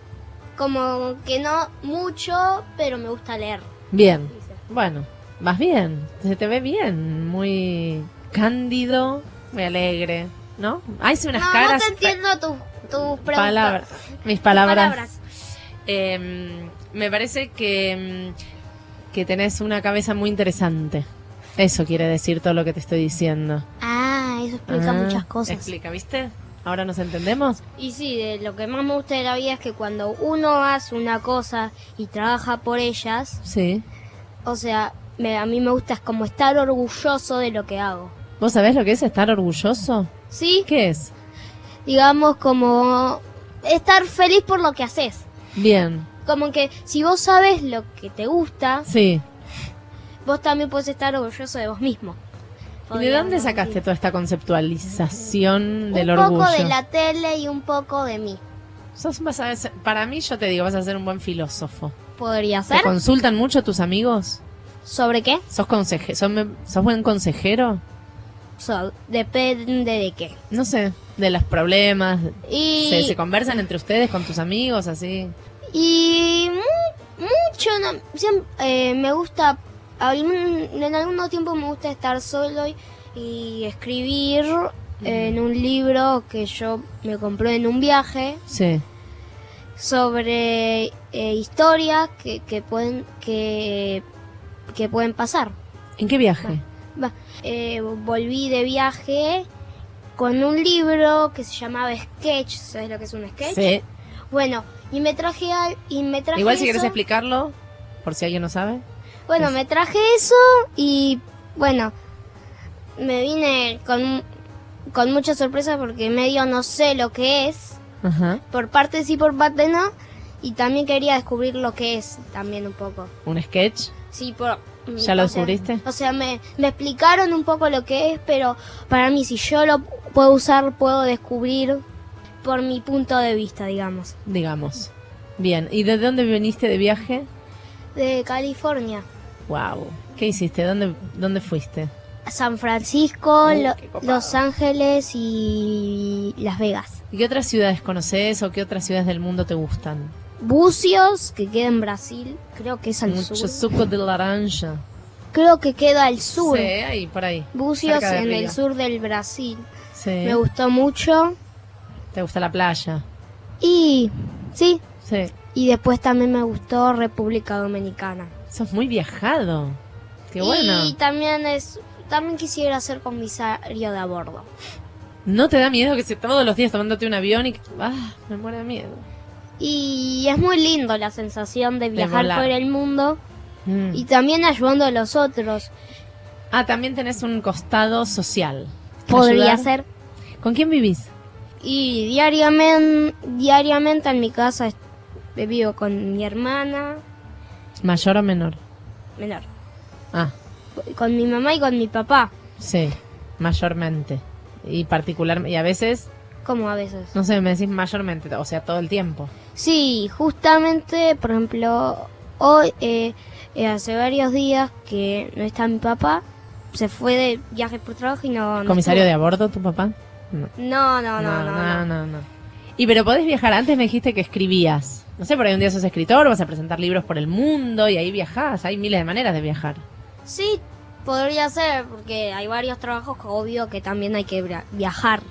[SPEAKER 10] como que no mucho, pero me gusta leer.
[SPEAKER 2] Bien. Bueno, vas bien. Se te ve bien. Muy cándido, muy alegre, ¿no? Ah, hice unas
[SPEAKER 10] no,
[SPEAKER 2] caras.
[SPEAKER 10] no te entiendo tus tu preguntas.
[SPEAKER 2] palabras. Mis palabras. Eh, me parece que, mm, que tenés una cabeza muy interesante. Eso quiere decir todo lo que te estoy diciendo.
[SPEAKER 10] Ah, eso explica
[SPEAKER 2] Ah,
[SPEAKER 10] muchas cosas.
[SPEAKER 2] Explica, ¿viste? Ahora nos entendemos.
[SPEAKER 10] Y sí, de lo que más me gusta de la vida es que cuando uno hace una cosa y trabaja por ellas,
[SPEAKER 2] Sí.
[SPEAKER 10] o sea, me- a mí me gusta es como estar orgulloso de lo que hago.
[SPEAKER 2] ¿Vos sabés lo que es estar orgulloso?
[SPEAKER 10] ¿Sí?
[SPEAKER 2] ¿Qué es?
[SPEAKER 10] Digamos como estar feliz por lo que haces.
[SPEAKER 2] Bien.
[SPEAKER 10] Como que si vos sabes lo que te gusta,
[SPEAKER 2] Sí.
[SPEAKER 10] vos también puedes estar orgulloso de vos mismo.
[SPEAKER 2] ¿Y de dónde sacaste toda esta conceptualización del
[SPEAKER 10] un
[SPEAKER 2] orgullo?
[SPEAKER 10] poco de la tele y un poco de mí.
[SPEAKER 2] Sos- vas a ser- para mí, yo te digo, vas a ser un buen filósofo.
[SPEAKER 10] ¿Podría
[SPEAKER 2] ¿Te
[SPEAKER 10] ser?
[SPEAKER 2] consultan mucho tus amigos?
[SPEAKER 10] ¿Sobre qué?
[SPEAKER 2] ¿Sos, conseje- son- ¿Sos buen consejero?
[SPEAKER 10] So- depende de qué.
[SPEAKER 2] No sé, de los problemas.
[SPEAKER 10] Y-
[SPEAKER 2] ¿Se, se conversan entre ustedes, con tus amigos, así?
[SPEAKER 10] Y mu- mucho, no- siem- eh, me gusta, algún- en algún tiempo me gusta estar solo y, y escribir en un libro que yo me compré en un viaje
[SPEAKER 2] Sí.
[SPEAKER 10] sobre eh, historias que, que pueden que, que pueden pasar.
[SPEAKER 2] ¿En qué viaje?
[SPEAKER 10] Va, eh, volví de viaje con un libro que se llamaba Sketch, ¿sabes lo que es un sketch?
[SPEAKER 2] Sí.
[SPEAKER 10] Bueno, y me traje al, y me traje
[SPEAKER 2] Igual si quieres
[SPEAKER 10] eso.
[SPEAKER 2] explicarlo, por si alguien no sabe.
[SPEAKER 10] Bueno, me traje eso y bueno, me vine con, con mucha sorpresa porque medio no sé lo que es,
[SPEAKER 2] Ajá.
[SPEAKER 10] por parte sí, por parte no, y también quería descubrir lo que es también un poco.
[SPEAKER 2] ¿Un sketch?
[SPEAKER 10] Sí, por... mm,
[SPEAKER 2] ¿Ya lo
[SPEAKER 10] o sea-
[SPEAKER 2] descubriste?
[SPEAKER 10] o sea, me, me explicaron un poco lo que es, pero para mí si yo lo puedo usar, puedo descubrir por mi punto de vista, digamos,
[SPEAKER 2] Digamos. Bien. ¿Y de dónde viniste de viaje?
[SPEAKER 10] de California.
[SPEAKER 2] Wow. ¿Qué hiciste? ¿Dónde, dónde fuiste?
[SPEAKER 10] San Francisco,
[SPEAKER 2] Uh,
[SPEAKER 10] Lo-
[SPEAKER 2] qué copado.
[SPEAKER 10] Los Ángeles y Las Vegas.
[SPEAKER 2] ¿Y qué otras ciudades conoces o qué otras ciudades del mundo te gustan?
[SPEAKER 10] Bucios, que queda en Brasil, creo que es al
[SPEAKER 2] Mucho
[SPEAKER 10] sur.
[SPEAKER 2] suco de naranja.
[SPEAKER 10] Creo que queda al sur.
[SPEAKER 2] Sí, ahí, por ahí.
[SPEAKER 10] Bucios
[SPEAKER 2] cerca de
[SPEAKER 10] en el
[SPEAKER 2] Río.
[SPEAKER 10] sur del Brasil.
[SPEAKER 2] Sí.
[SPEAKER 10] Me gustó mucho.
[SPEAKER 2] ¿Te gusta la playa?
[SPEAKER 10] Y sí,
[SPEAKER 2] Sí.
[SPEAKER 10] y después también me gustó República Dominicana.
[SPEAKER 2] Sos muy viajado. Qué bueno.
[SPEAKER 10] Y también es también quisiera ser comisario de a bordo.
[SPEAKER 2] ¿No te da miedo que se todos los días tomándote un avión y que... Ah, me muero de miedo.
[SPEAKER 10] Y es muy lindo la sensación de viajar
[SPEAKER 2] volar.
[SPEAKER 10] por el mundo
[SPEAKER 2] Mm.
[SPEAKER 10] y también ayudando a los otros.
[SPEAKER 2] Ah, también tenés un costado social.
[SPEAKER 10] Podría
[SPEAKER 2] Ayudar.
[SPEAKER 10] ser.
[SPEAKER 2] ¿Con quién vivís?
[SPEAKER 10] Y diariamente, diariamente en mi casa est- vivo con mi hermana
[SPEAKER 2] ¿Mayor o menor?
[SPEAKER 10] menor,
[SPEAKER 2] Ah,
[SPEAKER 10] con mi mamá y con mi papá,
[SPEAKER 2] sí, mayormente. Y particularmente, y a veces,
[SPEAKER 10] como a veces.
[SPEAKER 2] no sé, me decís mayormente, o sea, todo el tiempo.
[SPEAKER 10] Sí, justamente, por ejemplo, hoy, eh, eh, hace varios días que no está mi papá, se fue de viaje por trabajo y no... no
[SPEAKER 2] ¿Comisario de
[SPEAKER 10] estuvo.
[SPEAKER 2] a bordo tu papá? No.
[SPEAKER 10] No, no, no, no.
[SPEAKER 2] no, no, no. Y pero podés viajar, antes me dijiste que escribías. No sé, por ahí un día sos escritor, vas a presentar libros por el mundo y ahí viajás, hay miles de maneras de viajar.
[SPEAKER 10] Sí, podría ser, porque hay varios trabajos que obvio que también hay que via- viajar.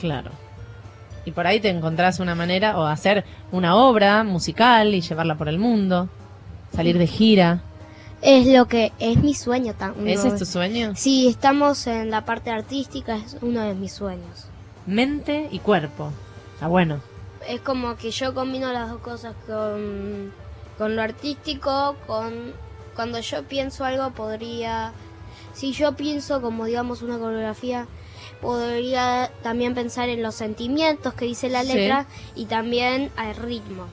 [SPEAKER 2] Claro. Y por ahí te encontrás una manera o hacer una obra musical y llevarla por el mundo, salir de gira.
[SPEAKER 10] Es lo que es mi sueño también.
[SPEAKER 2] ¿Ese es tu sueño?
[SPEAKER 10] Si estamos en la parte artística, es uno de mis sueños.
[SPEAKER 2] Mente y cuerpo. Está bueno.
[SPEAKER 10] Es como que yo combino las dos cosas con, con lo artístico, con cuando yo pienso algo podría, si yo pienso como digamos una coreografía, podría también pensar en los sentimientos que dice la
[SPEAKER 2] Sí.
[SPEAKER 10] letra y también al ritmo.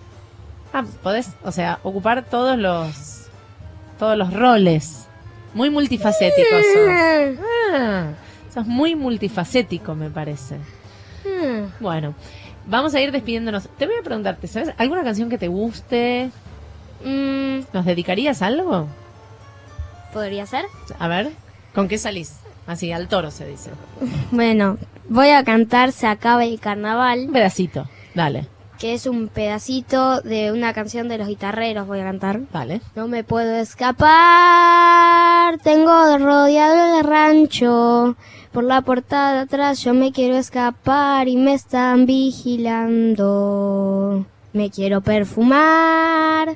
[SPEAKER 2] Ah, podés, o sea, ocupar todos los todos los roles. Muy multifacético sos. Ah, sos muy multifacético, me parece.
[SPEAKER 10] Mm.
[SPEAKER 2] Bueno, vamos a ir despidiéndonos. Te voy a preguntarte, ¿sabes alguna canción que te guste? ¿Nos dedicarías algo?
[SPEAKER 10] Mm, ¿Podría ser?
[SPEAKER 2] A ver, ¿con qué salís? Así, al toro se dice.
[SPEAKER 10] Bueno, voy a cantar Se acaba el carnaval.
[SPEAKER 2] Un pedacito, dale.
[SPEAKER 10] que es un pedacito de una canción de los guitarreros, voy a cantar.
[SPEAKER 2] Vale.
[SPEAKER 10] No me puedo escapar, tengo rodeado de rancho. Por la portada de atrás yo me quiero escapar y me están vigilando. Me quiero perfumar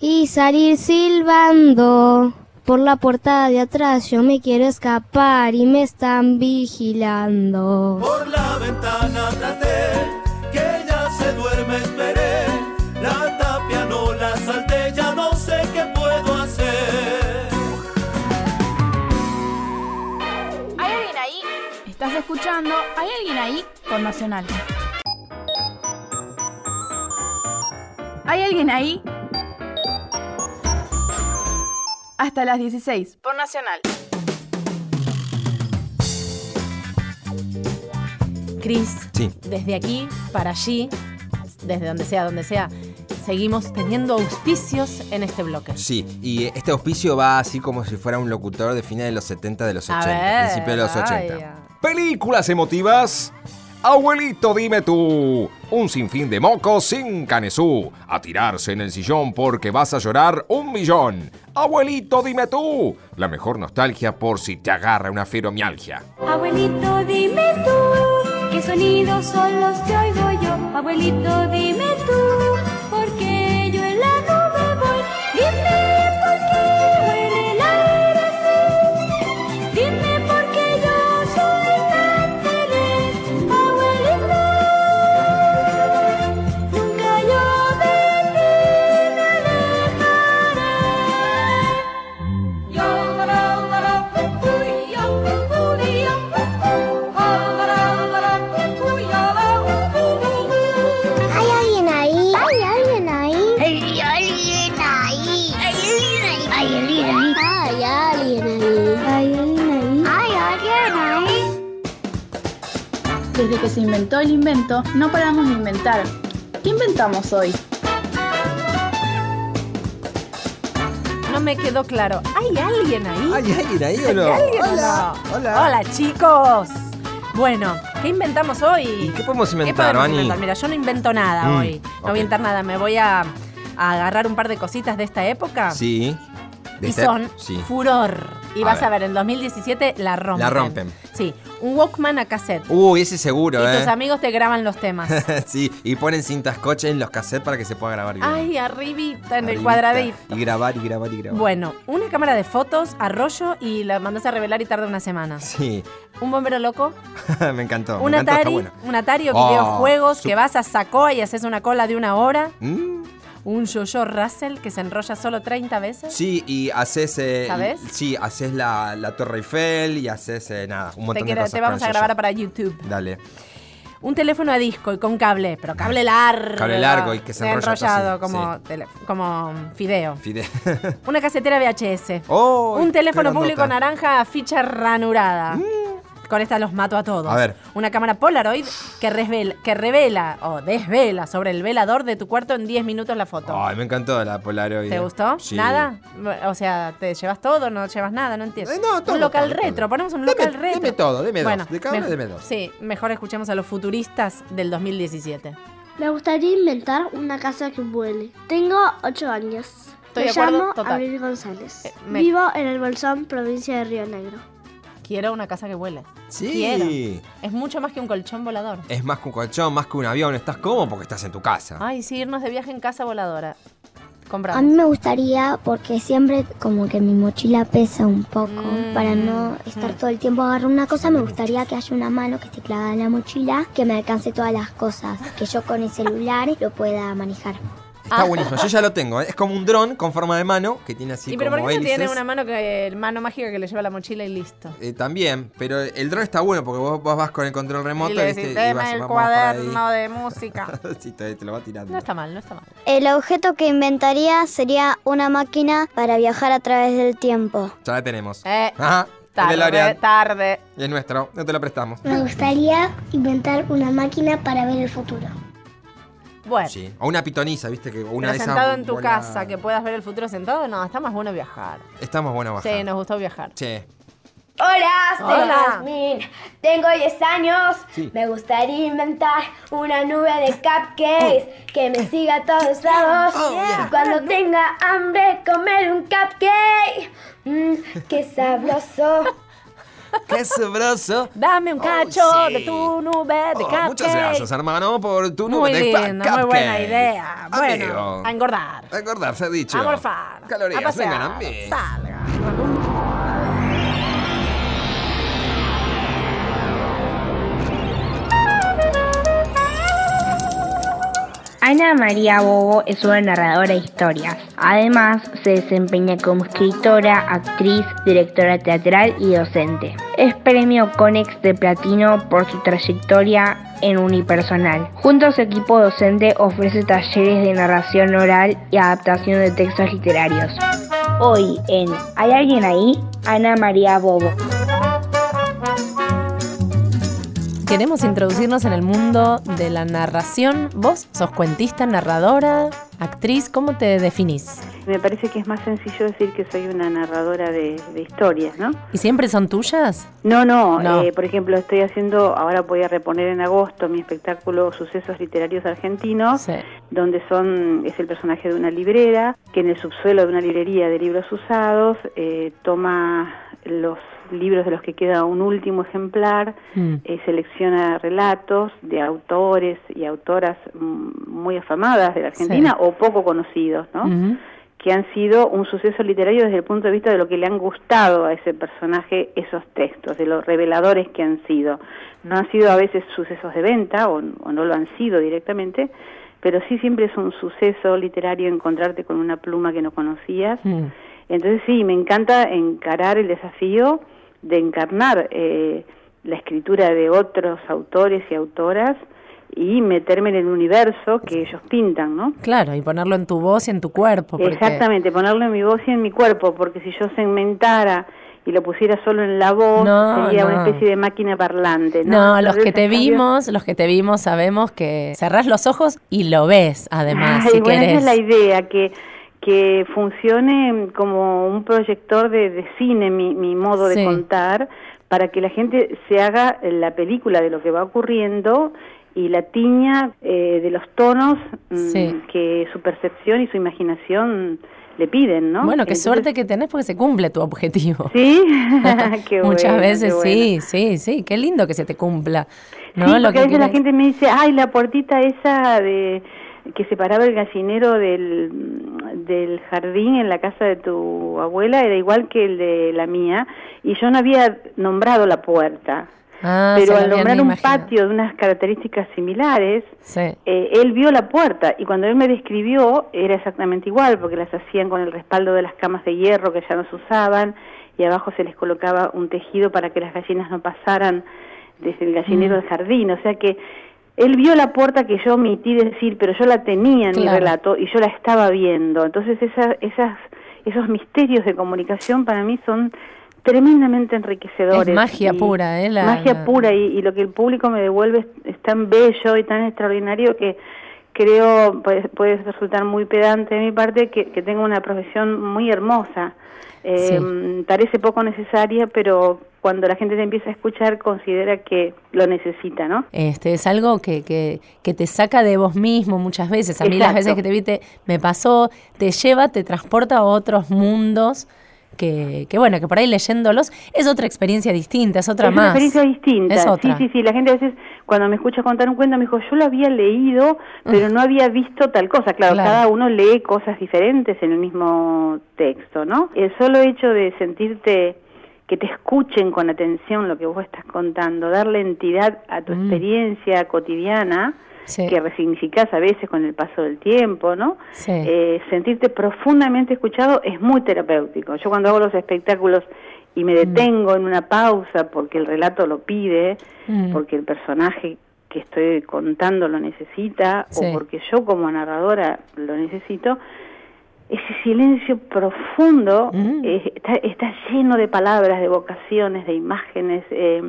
[SPEAKER 10] y salir silbando. Por la portada de atrás yo me quiero escapar y me están vigilando.
[SPEAKER 7] Por la ventana traté, que ya se duerme, esperé. La tapia no la salté, ya no sé qué puedo hacer.
[SPEAKER 6] ¿Hay alguien ahí? ¿Estás escuchando? ¿Hay alguien ahí? Por Nacional. ¿Hay alguien ahí? Hasta las 16. Por Nacional.
[SPEAKER 2] Cris,
[SPEAKER 3] Sí.
[SPEAKER 2] desde aquí para allí, desde donde sea, donde sea, seguimos teniendo auspicios en este bloque.
[SPEAKER 3] Sí, y eh, este auspicio va así como si fuera un locutor de finales de los 70, de los
[SPEAKER 2] A
[SPEAKER 3] 80,
[SPEAKER 2] ver,
[SPEAKER 3] principio de los 80.
[SPEAKER 2] vaya.
[SPEAKER 3] Películas emotivas. Abuelito, dime tú. Un sinfín de mocos sin canesú. A tirarse en el sillón porque vas a llorar un millón. Abuelito, dime tú. La mejor nostalgia por si te agarra una fibromialgia.
[SPEAKER 14] Abuelito, dime tú, qué sonidos son los que oigo yo. Abuelito, dime tú, porque yo en la nube voy. Dime por qué huele el aire así. Dime por qué yo soy tan feliz. Abuelito, nunca yo de ti me alejaré.
[SPEAKER 4] ¿Hay alguien ahí? ¿Hay alguien ahí? ¿Hay alguien ahí? ¿Hay alguien ahí? ¿Hay alguien ahí? ¿Hay alguien ahí? ¿Hay alguien ahí? ¿Hay alguien ahí?
[SPEAKER 6] Desde que se inventó el invento, no paramos de inventar. ¿Qué inventamos hoy?
[SPEAKER 2] No me quedó claro. ¿Hay alguien ahí?
[SPEAKER 3] ¿Hay alguien ahí o no?
[SPEAKER 2] ¿Hay alguien o
[SPEAKER 3] Hola,
[SPEAKER 2] no? Hola, chicos. Bueno, ¿qué inventamos hoy?
[SPEAKER 3] ¿Qué podemos inventar,
[SPEAKER 2] podemos
[SPEAKER 3] Ani?
[SPEAKER 2] inventar? Mira, yo no invento nada
[SPEAKER 3] Mm,
[SPEAKER 2] hoy. No
[SPEAKER 3] ok.
[SPEAKER 2] voy a inventar nada. Me voy a, a agarrar un par de cositas de esta época.
[SPEAKER 3] Sí. De
[SPEAKER 2] y
[SPEAKER 3] este-
[SPEAKER 2] son
[SPEAKER 3] sí.
[SPEAKER 2] furor. Y
[SPEAKER 3] A
[SPEAKER 2] vas a
[SPEAKER 3] ver.
[SPEAKER 2] ver, en 2017 la rompen.
[SPEAKER 3] La rompen.
[SPEAKER 2] Sí, un Walkman a cassette.
[SPEAKER 3] Uy, ese seguro,
[SPEAKER 2] y
[SPEAKER 3] ¿eh?
[SPEAKER 2] tus amigos te graban los temas.
[SPEAKER 3] sí, y ponen cintas coche en los cassettes para que se pueda grabar bien.
[SPEAKER 2] Ay, arribita, en el
[SPEAKER 3] Arribita.
[SPEAKER 2] cuadradito.
[SPEAKER 3] Y grabar, y grabar, y grabar.
[SPEAKER 2] Bueno, una cámara de fotos, arroyo y la mandas a revelar y tarda una semana.
[SPEAKER 3] Sí,
[SPEAKER 2] Un bombero loco,
[SPEAKER 3] me encantó.
[SPEAKER 2] un
[SPEAKER 3] me encantó, está
[SPEAKER 2] Atari,
[SPEAKER 3] bueno.
[SPEAKER 2] un Atari o
[SPEAKER 3] Oh,
[SPEAKER 2] videojuegos
[SPEAKER 3] su-
[SPEAKER 2] que vas a Sacoa y haces una cola de una hora.
[SPEAKER 3] Mm,
[SPEAKER 2] Un yo-yo Russell que se enrolla solo 30 veces.
[SPEAKER 3] Sí, y haces. eh,
[SPEAKER 2] ¿Sabes?
[SPEAKER 3] Sí, haces la, la Torre Eiffel y haces eh, nada, un
[SPEAKER 2] te,
[SPEAKER 3] montón de
[SPEAKER 2] quiero-
[SPEAKER 3] cosas.
[SPEAKER 2] te vamos
[SPEAKER 3] con
[SPEAKER 2] a
[SPEAKER 3] el
[SPEAKER 2] grabar
[SPEAKER 3] yo-yo.
[SPEAKER 2] para YouTube.
[SPEAKER 3] Dale.
[SPEAKER 2] Un teléfono a disco y con cable, pero cable largo.
[SPEAKER 3] Cable largo y que se enrolla todo
[SPEAKER 2] Enrollado,
[SPEAKER 3] así,
[SPEAKER 2] como,
[SPEAKER 3] sí.
[SPEAKER 2] tele- como fideo.
[SPEAKER 3] Fide-
[SPEAKER 2] Una casetera VHS.
[SPEAKER 3] Oh,
[SPEAKER 2] un teléfono
[SPEAKER 3] qué
[SPEAKER 2] público
[SPEAKER 3] grandota.
[SPEAKER 2] naranja, ficha ranurada. Con esta los mato a todos.
[SPEAKER 3] A ver.
[SPEAKER 2] Una cámara Polaroid que, resvel- que revela o desvela sobre el velador de tu cuarto en 10 minutos la foto.
[SPEAKER 3] Ay, me encantó la Polaroid. eh.
[SPEAKER 2] ¿Te gustó?
[SPEAKER 3] Sí.
[SPEAKER 2] ¿Nada? O sea, ¿te llevas todo? ¿No llevas nada? No entiendo.
[SPEAKER 3] todo,
[SPEAKER 2] un local
[SPEAKER 3] todo, todo.
[SPEAKER 2] retro. Ponemos un local retro.
[SPEAKER 3] Deme todo, deme
[SPEAKER 2] Bueno,
[SPEAKER 3] dos. De cada uno,
[SPEAKER 2] mej-
[SPEAKER 3] deme dos.
[SPEAKER 2] Sí, mejor escuchemos a los futuristas del 2017.
[SPEAKER 15] Me gustaría inventar una casa que vuele. Tengo 8 años. Me
[SPEAKER 2] Estoy de acuerdo,
[SPEAKER 15] llamo
[SPEAKER 2] total. Eh,
[SPEAKER 15] Abril González.
[SPEAKER 2] me-
[SPEAKER 15] Vivo en el Bolsón, provincia de Río Negro.
[SPEAKER 2] Quiero una casa que vuele.
[SPEAKER 3] Sí.
[SPEAKER 2] Quiero. Es mucho más que un colchón volador.
[SPEAKER 3] Es más que un colchón, más que un avión. Estás cómodo porque estás en tu casa.
[SPEAKER 2] Ay, sí, irnos de viaje en casa voladora. Compramos.
[SPEAKER 5] A mí me gustaría porque siempre como que mi mochila pesa un poco. Para no estar todo el tiempo agarrando una cosa, me gustaría que haya una mano que esté clavada en la mochila, que me alcance todas las cosas, que yo con el celular lo pueda manejar.
[SPEAKER 2] Ah.
[SPEAKER 3] Está buenísimo. Yo ya lo tengo. ¿eh? Es como un dron con forma de mano que tiene así
[SPEAKER 2] ¿Y pero por
[SPEAKER 3] como
[SPEAKER 2] qué no tiene
[SPEAKER 3] hélices.
[SPEAKER 2] una mano, que, mano mágica que le lleva la mochila y listo?
[SPEAKER 3] Eh, también, pero el dron está bueno porque vos, vos vas con el control remoto
[SPEAKER 2] y le
[SPEAKER 3] ¿viste?
[SPEAKER 2] decís,
[SPEAKER 3] y
[SPEAKER 2] "Deme
[SPEAKER 3] vas-
[SPEAKER 2] el
[SPEAKER 3] vamos para ahí".
[SPEAKER 2] cuaderno de música.
[SPEAKER 3] Sí, te, te lo va tirando.
[SPEAKER 2] No está mal, no está mal.
[SPEAKER 16] El objeto que inventaría sería una máquina para viajar a través del tiempo.
[SPEAKER 3] Ya la tenemos.
[SPEAKER 2] Eh,
[SPEAKER 3] Ajá, Ah, el
[SPEAKER 2] tarde,
[SPEAKER 3] DeLorean.
[SPEAKER 2] tarde.
[SPEAKER 3] Es nuestro, no te lo prestamos.
[SPEAKER 5] Me gustaría inventar una máquina para ver el futuro.
[SPEAKER 2] Bueno,
[SPEAKER 3] Sí. O una pitoniza, viste que una
[SPEAKER 2] pero
[SPEAKER 3] de esas
[SPEAKER 2] sentado en tu
[SPEAKER 3] bola-
[SPEAKER 2] casa, que puedas ver el futuro sentado, no, está más bueno viajar.
[SPEAKER 3] Estamos buenos bajar.
[SPEAKER 2] Sí, nos gustó viajar.
[SPEAKER 3] Sí.
[SPEAKER 17] Hola, soy
[SPEAKER 2] Hola.
[SPEAKER 17] Jazmín. Tengo 10 años.
[SPEAKER 3] Sí.
[SPEAKER 17] Me gustaría inventar una nube de cupcakes que me siga a todos lados.
[SPEAKER 14] Oh, yeah.
[SPEAKER 17] Y Cuando tenga hambre, comer un cupcake. Mmm, qué sabroso.
[SPEAKER 3] ¡Qué sabroso!
[SPEAKER 2] Dame un cacho
[SPEAKER 3] sí.
[SPEAKER 2] de tu nube de
[SPEAKER 3] Oh,
[SPEAKER 2] cupcake.
[SPEAKER 3] muchas gracias, hermano, por tu
[SPEAKER 2] Muy
[SPEAKER 3] nube de
[SPEAKER 2] lindo,
[SPEAKER 3] pa-
[SPEAKER 2] muy buena
[SPEAKER 3] cupcake.
[SPEAKER 2] idea. Bueno,
[SPEAKER 3] Amigo.
[SPEAKER 2] a engordar,
[SPEAKER 3] Recordar, se ha dicho.
[SPEAKER 2] a morfar, a
[SPEAKER 3] Calorías,
[SPEAKER 2] pasear,
[SPEAKER 3] vengan a mí.
[SPEAKER 2] salga.
[SPEAKER 18] Ana María Bobo es una narradora de historias. Además, se desempeña como escritora, actriz, directora teatral y docente. Es premio Conex de Platino por su trayectoria en unipersonal. Junto a su equipo docente ofrece talleres de narración oral y adaptación de textos literarios. Hoy en ¿Hay alguien ahí? Ana María Bobo.
[SPEAKER 2] Queremos introducirnos en el mundo de la narración. Vos sos cuentista, narradora, actriz, ¿cómo te definís?
[SPEAKER 12] Me parece que es más sencillo decir que soy una narradora de, de historias, ¿no?
[SPEAKER 2] ¿Y siempre son tuyas?
[SPEAKER 12] No, no,
[SPEAKER 2] No.
[SPEAKER 12] eh, por ejemplo, estoy haciendo, ahora voy a reponer en agosto mi espectáculo Sucesos Literarios Argentinos, donde son es el personaje de una librera que en el subsuelo de una librería de libros usados eh, toma los libros de los que queda un último ejemplar eh, selecciona relatos de autores y autoras mm, muy afamadas de la Argentina o poco conocidos, ¿no?
[SPEAKER 2] Mm.
[SPEAKER 12] Que han sido un suceso literario desde el punto de vista de lo que le han gustado a ese personaje esos textos, de los reveladores que han sido. No han sido a veces sucesos de venta o, o no lo han sido directamente, pero sí siempre es un suceso literario encontrarte con una pluma que no conocías.
[SPEAKER 2] Mm.
[SPEAKER 12] Entonces sí, me encanta encarar el desafío de encarnar eh, la escritura de otros autores y autoras y meterme en el universo que ellos pintan, ¿no?
[SPEAKER 2] Claro, y ponerlo en tu voz y en tu cuerpo. porque-
[SPEAKER 12] Exactamente, ponerlo en mi voz y en mi cuerpo, porque si yo segmentara y lo pusiera solo en la voz,
[SPEAKER 2] No,
[SPEAKER 12] sería una
[SPEAKER 2] no.
[SPEAKER 12] especie de máquina parlante.
[SPEAKER 2] No, los
[SPEAKER 12] Entonces,
[SPEAKER 2] que te
[SPEAKER 12] en cambio-
[SPEAKER 2] vimos, los que te vimos sabemos que cerrás los ojos y lo ves además,
[SPEAKER 12] Ay,
[SPEAKER 2] si
[SPEAKER 12] bueno, esa
[SPEAKER 2] querés.
[SPEAKER 12] es la idea, que, que funcione como un proyector de, de cine mi, mi modo
[SPEAKER 2] Sí.
[SPEAKER 12] de contar, para que la gente se haga la película de lo que va ocurriendo y la tiña eh, de los tonos mm,
[SPEAKER 2] Sí.
[SPEAKER 12] que su percepción y su imaginación le piden, ¿no?
[SPEAKER 2] Bueno, qué
[SPEAKER 12] Entonces-
[SPEAKER 2] suerte que tenés porque se cumple tu objetivo.
[SPEAKER 12] Sí, Qué
[SPEAKER 2] Muchas
[SPEAKER 12] bueno,
[SPEAKER 2] veces
[SPEAKER 12] qué bueno.
[SPEAKER 2] sí, sí, sí. Qué lindo que se te cumpla. ¿no?
[SPEAKER 12] sí,
[SPEAKER 2] Lo
[SPEAKER 12] porque
[SPEAKER 2] que
[SPEAKER 12] a veces la
[SPEAKER 2] querés.
[SPEAKER 12] gente me dice, ay, la puertita esa de que separaba el gallinero del, del jardín en la casa de tu abuela era igual que el de la mía y yo no había nombrado la puerta.
[SPEAKER 2] Ah, se
[SPEAKER 12] Pero
[SPEAKER 2] lo
[SPEAKER 12] al
[SPEAKER 2] habían
[SPEAKER 12] nombrar un
[SPEAKER 2] imaginado.
[SPEAKER 12] patio de unas características similares,
[SPEAKER 2] Sí.
[SPEAKER 12] eh, él vio la puerta y cuando él me describió era exactamente igual porque las hacían con el respaldo de las camas de hierro que ya no se usaban y abajo se les colocaba un tejido para que las gallinas no pasaran desde el gallinero
[SPEAKER 19] Mm.
[SPEAKER 12] al jardín, o sea que él vio la puerta que yo omití decir, pero yo la tenía en mi
[SPEAKER 19] Claro.
[SPEAKER 12] relato y yo la estaba viendo. Entonces esa- esas, esos misterios de comunicación para mí son tremendamente enriquecedores.
[SPEAKER 2] Es magia
[SPEAKER 12] y-
[SPEAKER 2] pura, ¿eh? La-
[SPEAKER 12] magia
[SPEAKER 2] la-
[SPEAKER 12] pura y, y lo que el público me devuelve es, es tan bello y tan extraordinario que creo, puede, puede resultar muy pedante de mi parte, que, que tengo una profesión muy hermosa. Eh, Parece poco necesaria, pero cuando la gente te empieza a escuchar considera que lo necesita, ¿no?
[SPEAKER 2] Este, es algo que, que, que te saca de vos mismo muchas veces. A mí las
[SPEAKER 12] Exacto.
[SPEAKER 2] veces que te vi te- me pasó, te lleva, te transporta a otros mundos que, que, bueno, que por ahí leyéndolos es otra experiencia distinta, es otra
[SPEAKER 12] es
[SPEAKER 2] más.
[SPEAKER 12] una experiencia distinta.
[SPEAKER 2] Es otra.
[SPEAKER 12] Sí, sí, sí. La gente a veces cuando me escucha contar un cuento me dijo, yo lo había leído, pero no había visto tal cosa. Claro,
[SPEAKER 19] Claro.
[SPEAKER 12] cada uno lee cosas diferentes en el mismo texto, ¿no? El solo hecho de sentirte que te escuchen con atención lo que vos estás contando, darle entidad a
[SPEAKER 2] Mm.
[SPEAKER 12] tu experiencia cotidiana, que resignificás a veces con el paso del tiempo, ¿no?
[SPEAKER 2] Sí.
[SPEAKER 12] Eh, sentirte profundamente escuchado es muy terapéutico. Yo cuando hago los espectáculos y me detengo en una pausa porque el relato lo pide,
[SPEAKER 19] Mm.
[SPEAKER 12] porque el personaje que estoy contando lo necesita
[SPEAKER 19] Sí.
[SPEAKER 12] o porque yo como narradora lo necesito, ese silencio profundo eh, está, está lleno de palabras, de vocaciones, de imágenes. eh,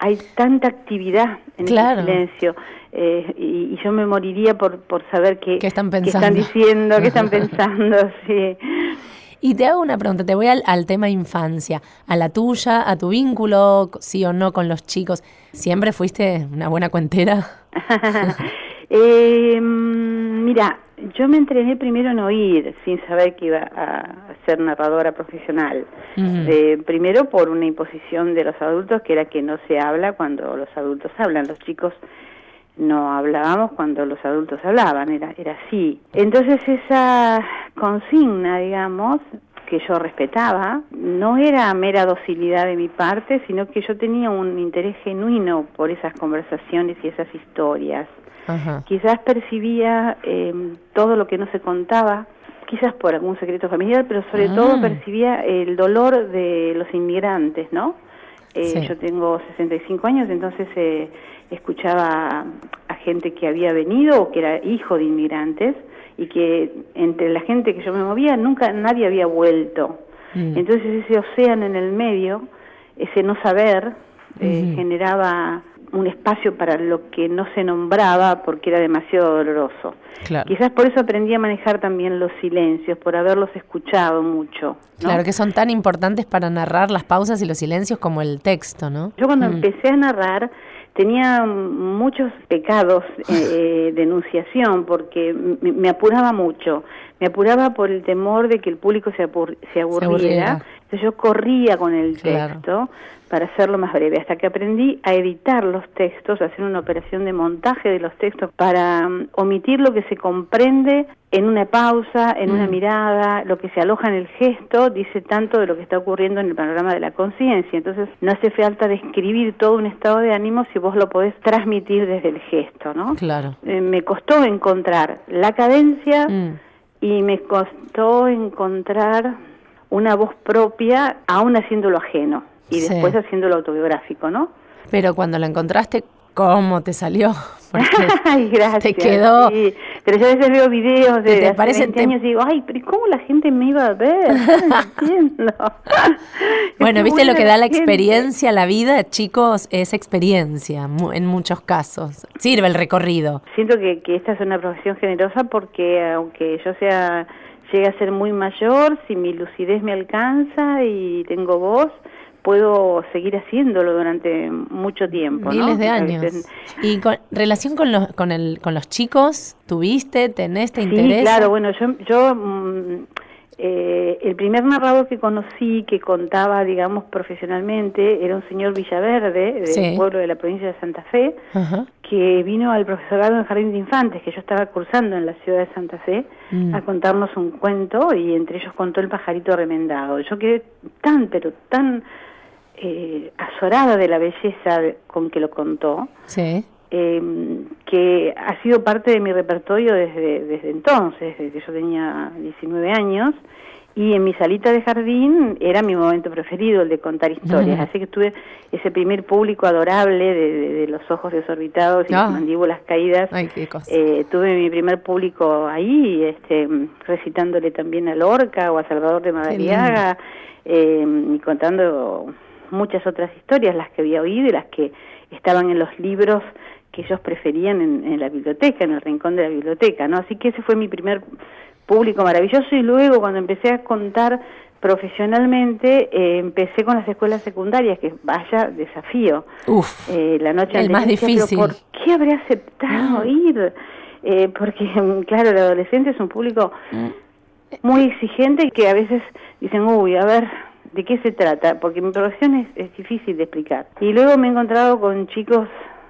[SPEAKER 12] hay tanta actividad en
[SPEAKER 2] Claro.
[SPEAKER 12] el silencio eh, y, y yo me moriría por, por saber qué,
[SPEAKER 2] están
[SPEAKER 12] qué están
[SPEAKER 2] pensando.
[SPEAKER 12] diciendo, qué están pensando. sí.
[SPEAKER 2] Y te hago una pregunta, te voy al, al tema infancia, a la tuya, a tu vínculo, sí o no con los chicos. ¿Siempre fuiste una buena cuentera?
[SPEAKER 12] Eh, mm, mira, yo me entrené primero en oír, sin saber que iba a ser narradora profesional. Eh, primero por una imposición de los adultos, que era que no se habla cuando los adultos hablan. Los chicos no hablábamos cuando los adultos hablaban, era, era así. Entonces esa consigna, digamos, que yo respetaba, no era mera docilidad de mi parte, sino que yo tenía un interés genuino por esas conversaciones y esas historias
[SPEAKER 2] Ajá.
[SPEAKER 12] quizás percibía eh, todo lo que no se contaba, quizás por algún secreto familiar, pero sobre
[SPEAKER 19] Ah.
[SPEAKER 12] todo percibía el dolor de los inmigrantes, ¿no? Eh,
[SPEAKER 19] Sí.
[SPEAKER 12] Yo tengo 65 años, entonces eh, escuchaba a gente que había venido o que era hijo de inmigrantes y que entre la gente que yo me movía nunca nadie había vuelto.
[SPEAKER 19] Mm.
[SPEAKER 12] Entonces ese océano en el medio, ese no saber, eh,
[SPEAKER 19] Ujú.
[SPEAKER 12] generaba un espacio para lo que no se nombraba porque era demasiado doloroso.
[SPEAKER 2] Claro.
[SPEAKER 12] Quizás por eso aprendí a manejar también los silencios, por haberlos escuchado mucho. ¿no?
[SPEAKER 2] Claro, que son tan importantes para narrar las pausas y los silencios como el texto, ¿no?
[SPEAKER 12] Yo cuando
[SPEAKER 2] Mm.
[SPEAKER 12] empecé a narrar tenía mm, muchos pecados eh, eh, de enunciación porque m- me apuraba mucho. Me apuraba por el temor de que el público se, apur- se aburriera.
[SPEAKER 19] aburriera.
[SPEAKER 12] Entonces yo corría con el
[SPEAKER 19] Claro.
[SPEAKER 12] texto para hacerlo más breve, hasta que aprendí a editar los textos, a hacer una operación de montaje de los textos para mm, omitir lo que se comprende en una pausa, en una
[SPEAKER 19] Mm.
[SPEAKER 12] mirada, lo que se aloja en el gesto, dice tanto de lo que está ocurriendo en el panorama de la conciencia. Entonces no hace falta describir todo un estado de ánimo si vos lo podés transmitir desde el gesto, ¿no?
[SPEAKER 2] Claro.
[SPEAKER 12] Eh, me costó encontrar la cadencia
[SPEAKER 2] Mm.
[SPEAKER 12] y me costó encontrar una voz propia, aún haciéndolo ajeno y
[SPEAKER 2] Sí.
[SPEAKER 12] después haciéndolo autobiográfico, ¿no?
[SPEAKER 2] Pero cuando lo encontraste, ¿cómo te salió? Porque
[SPEAKER 12] Ay, gracias.
[SPEAKER 2] te quedó...
[SPEAKER 12] sí. Pero yo a veces veo videos de
[SPEAKER 2] ¿Te- te
[SPEAKER 12] hace
[SPEAKER 2] parece-
[SPEAKER 12] 20
[SPEAKER 2] te-
[SPEAKER 12] años y digo, ay, pero ¿y ¿cómo la gente me iba a ver? No entiendo.
[SPEAKER 2] Bueno,
[SPEAKER 12] Qué
[SPEAKER 2] viste lo que da la
[SPEAKER 12] buena gente.
[SPEAKER 2] experiencia, la vida, chicos, es experiencia mu- en muchos casos. Sirve el recorrido.
[SPEAKER 12] Siento que, que esta es una profesión generosa porque aunque yo sea llegue a ser muy mayor, si mi lucidez me alcanza y tengo voz, puedo seguir haciéndolo durante mucho tiempo. ¿no?
[SPEAKER 2] Miles de
[SPEAKER 12] Porque a
[SPEAKER 2] años.
[SPEAKER 12] veces-
[SPEAKER 2] ¿Y con, relación con los, con, el, con los chicos? ¿Tuviste? ¿Tenés? ¿Te
[SPEAKER 12] Sí,
[SPEAKER 2] interesa?
[SPEAKER 12] claro, bueno, yo, yo mm, Eh, el primer narrador que conocí, que contaba, digamos, profesionalmente, era un señor Villaverde, del
[SPEAKER 19] Sí.
[SPEAKER 12] pueblo de la provincia de Santa Fe, que vino al profesorado en Jardín de Infantes, que yo estaba cursando en la ciudad de Santa Fe,
[SPEAKER 19] Mm.
[SPEAKER 12] a contarnos un cuento y entre ellos contó El pajarito remendado. Yo quedé tan, pero tan eh, azorada de la belleza con que lo contó,
[SPEAKER 2] Sí.
[SPEAKER 12] eh, que ha sido parte de mi repertorio desde, desde entonces, desde que yo tenía 19 años, y en mi salita de jardín era mi momento preferido, el de contar historias, así que tuve ese primer público adorable de, de- de los ojos desorbitados y
[SPEAKER 2] Ah.
[SPEAKER 12] las mandíbulas caídas. Eh, tuve mi primer público ahí, este, recitándole también a Lorca o a Salvador de Madariaga, eh, y contando muchas otras historias, las que había oído y las que estaban en los libros que ellos preferían en, en la biblioteca, en el rincón de la biblioteca, ¿no? Así que ese fue mi primer público maravilloso y luego cuando empecé a contar profesionalmente, eh, empecé con las escuelas secundarias, que vaya desafío.
[SPEAKER 2] Uf.
[SPEAKER 12] Eh, la noche
[SPEAKER 2] El
[SPEAKER 12] anterior
[SPEAKER 2] más
[SPEAKER 12] decía, "Pero
[SPEAKER 2] difícil. Ah.
[SPEAKER 12] ¿Por qué habré aceptado ir? Eh, porque, claro, el adolescente es un público muy exigente que a veces dicen, uy, a ver, ¿de qué se trata? Porque mi profesión es, es difícil de explicar. Y luego me he encontrado con chicos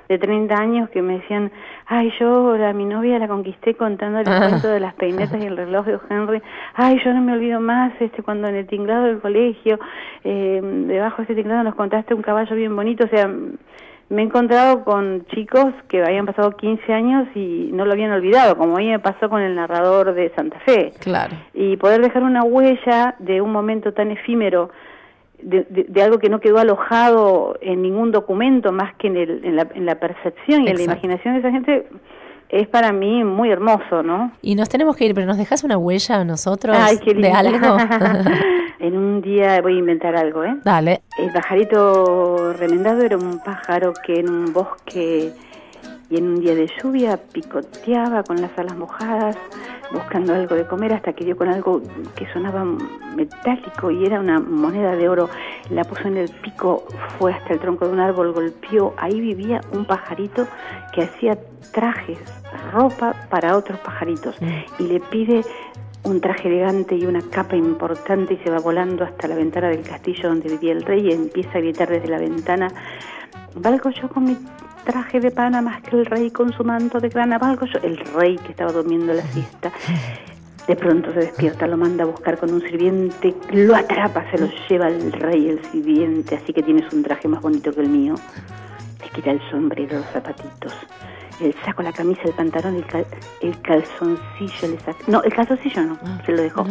[SPEAKER 12] de 30 años que me decían, ay, yo a mi novia la conquisté contando el
[SPEAKER 19] Ah.
[SPEAKER 12] cuento de las peinetas y el reloj de Henry, ay, yo no me olvido más este cuando en el tinglado del colegio, eh, debajo de este tinglado nos contaste un caballo bien bonito, o sea, me he encontrado con chicos que habían pasado 15 años y no lo habían olvidado, como a mí me pasó con el narrador de Santa Fe
[SPEAKER 2] Claro.
[SPEAKER 12] y poder dejar una huella de un momento tan efímero, de, de- de algo que no quedó alojado en ningún documento más que en, el- en, la, en la percepción y en la
[SPEAKER 2] Exacto.
[SPEAKER 12] imaginación de esa gente, es para mí muy hermoso, ¿no?
[SPEAKER 2] Y nos tenemos que ir, pero ¿nos dejas una huella a nosotros
[SPEAKER 12] Ay, qué
[SPEAKER 2] de
[SPEAKER 12] lindo.
[SPEAKER 2] algo?
[SPEAKER 12] en un día voy a inventar algo, ¿eh?
[SPEAKER 2] Dale.
[SPEAKER 12] El pajarito remendado era un pájaro que en un bosque y en un día de lluvia picoteaba con las alas mojadas buscando algo de comer hasta que dio con algo que sonaba metálico y era una moneda de oro. La puso en el pico, fue hasta el tronco de un árbol, golpeó. Ahí vivía un pajarito que hacía trajes, ropa para otros pajaritos y le pide un traje elegante y una capa importante y se va volando hasta la ventana del castillo donde vivía el rey y empieza a gritar desde la ventana, valgo yo con mi traje de pana más que el rey con su manto de grana, valgo yo, el rey que estaba durmiendo la siesta. De pronto se despierta, lo manda a buscar con un sirviente, lo atrapa, se lo lleva al rey el sirviente, así que tienes un traje más bonito que el mío. Le quita el sombrero, los zapatitos, el saco, la camisa, el pantalón, el, cal- el calzoncillo, le saca- no, el calzoncillo no, se lo dejó.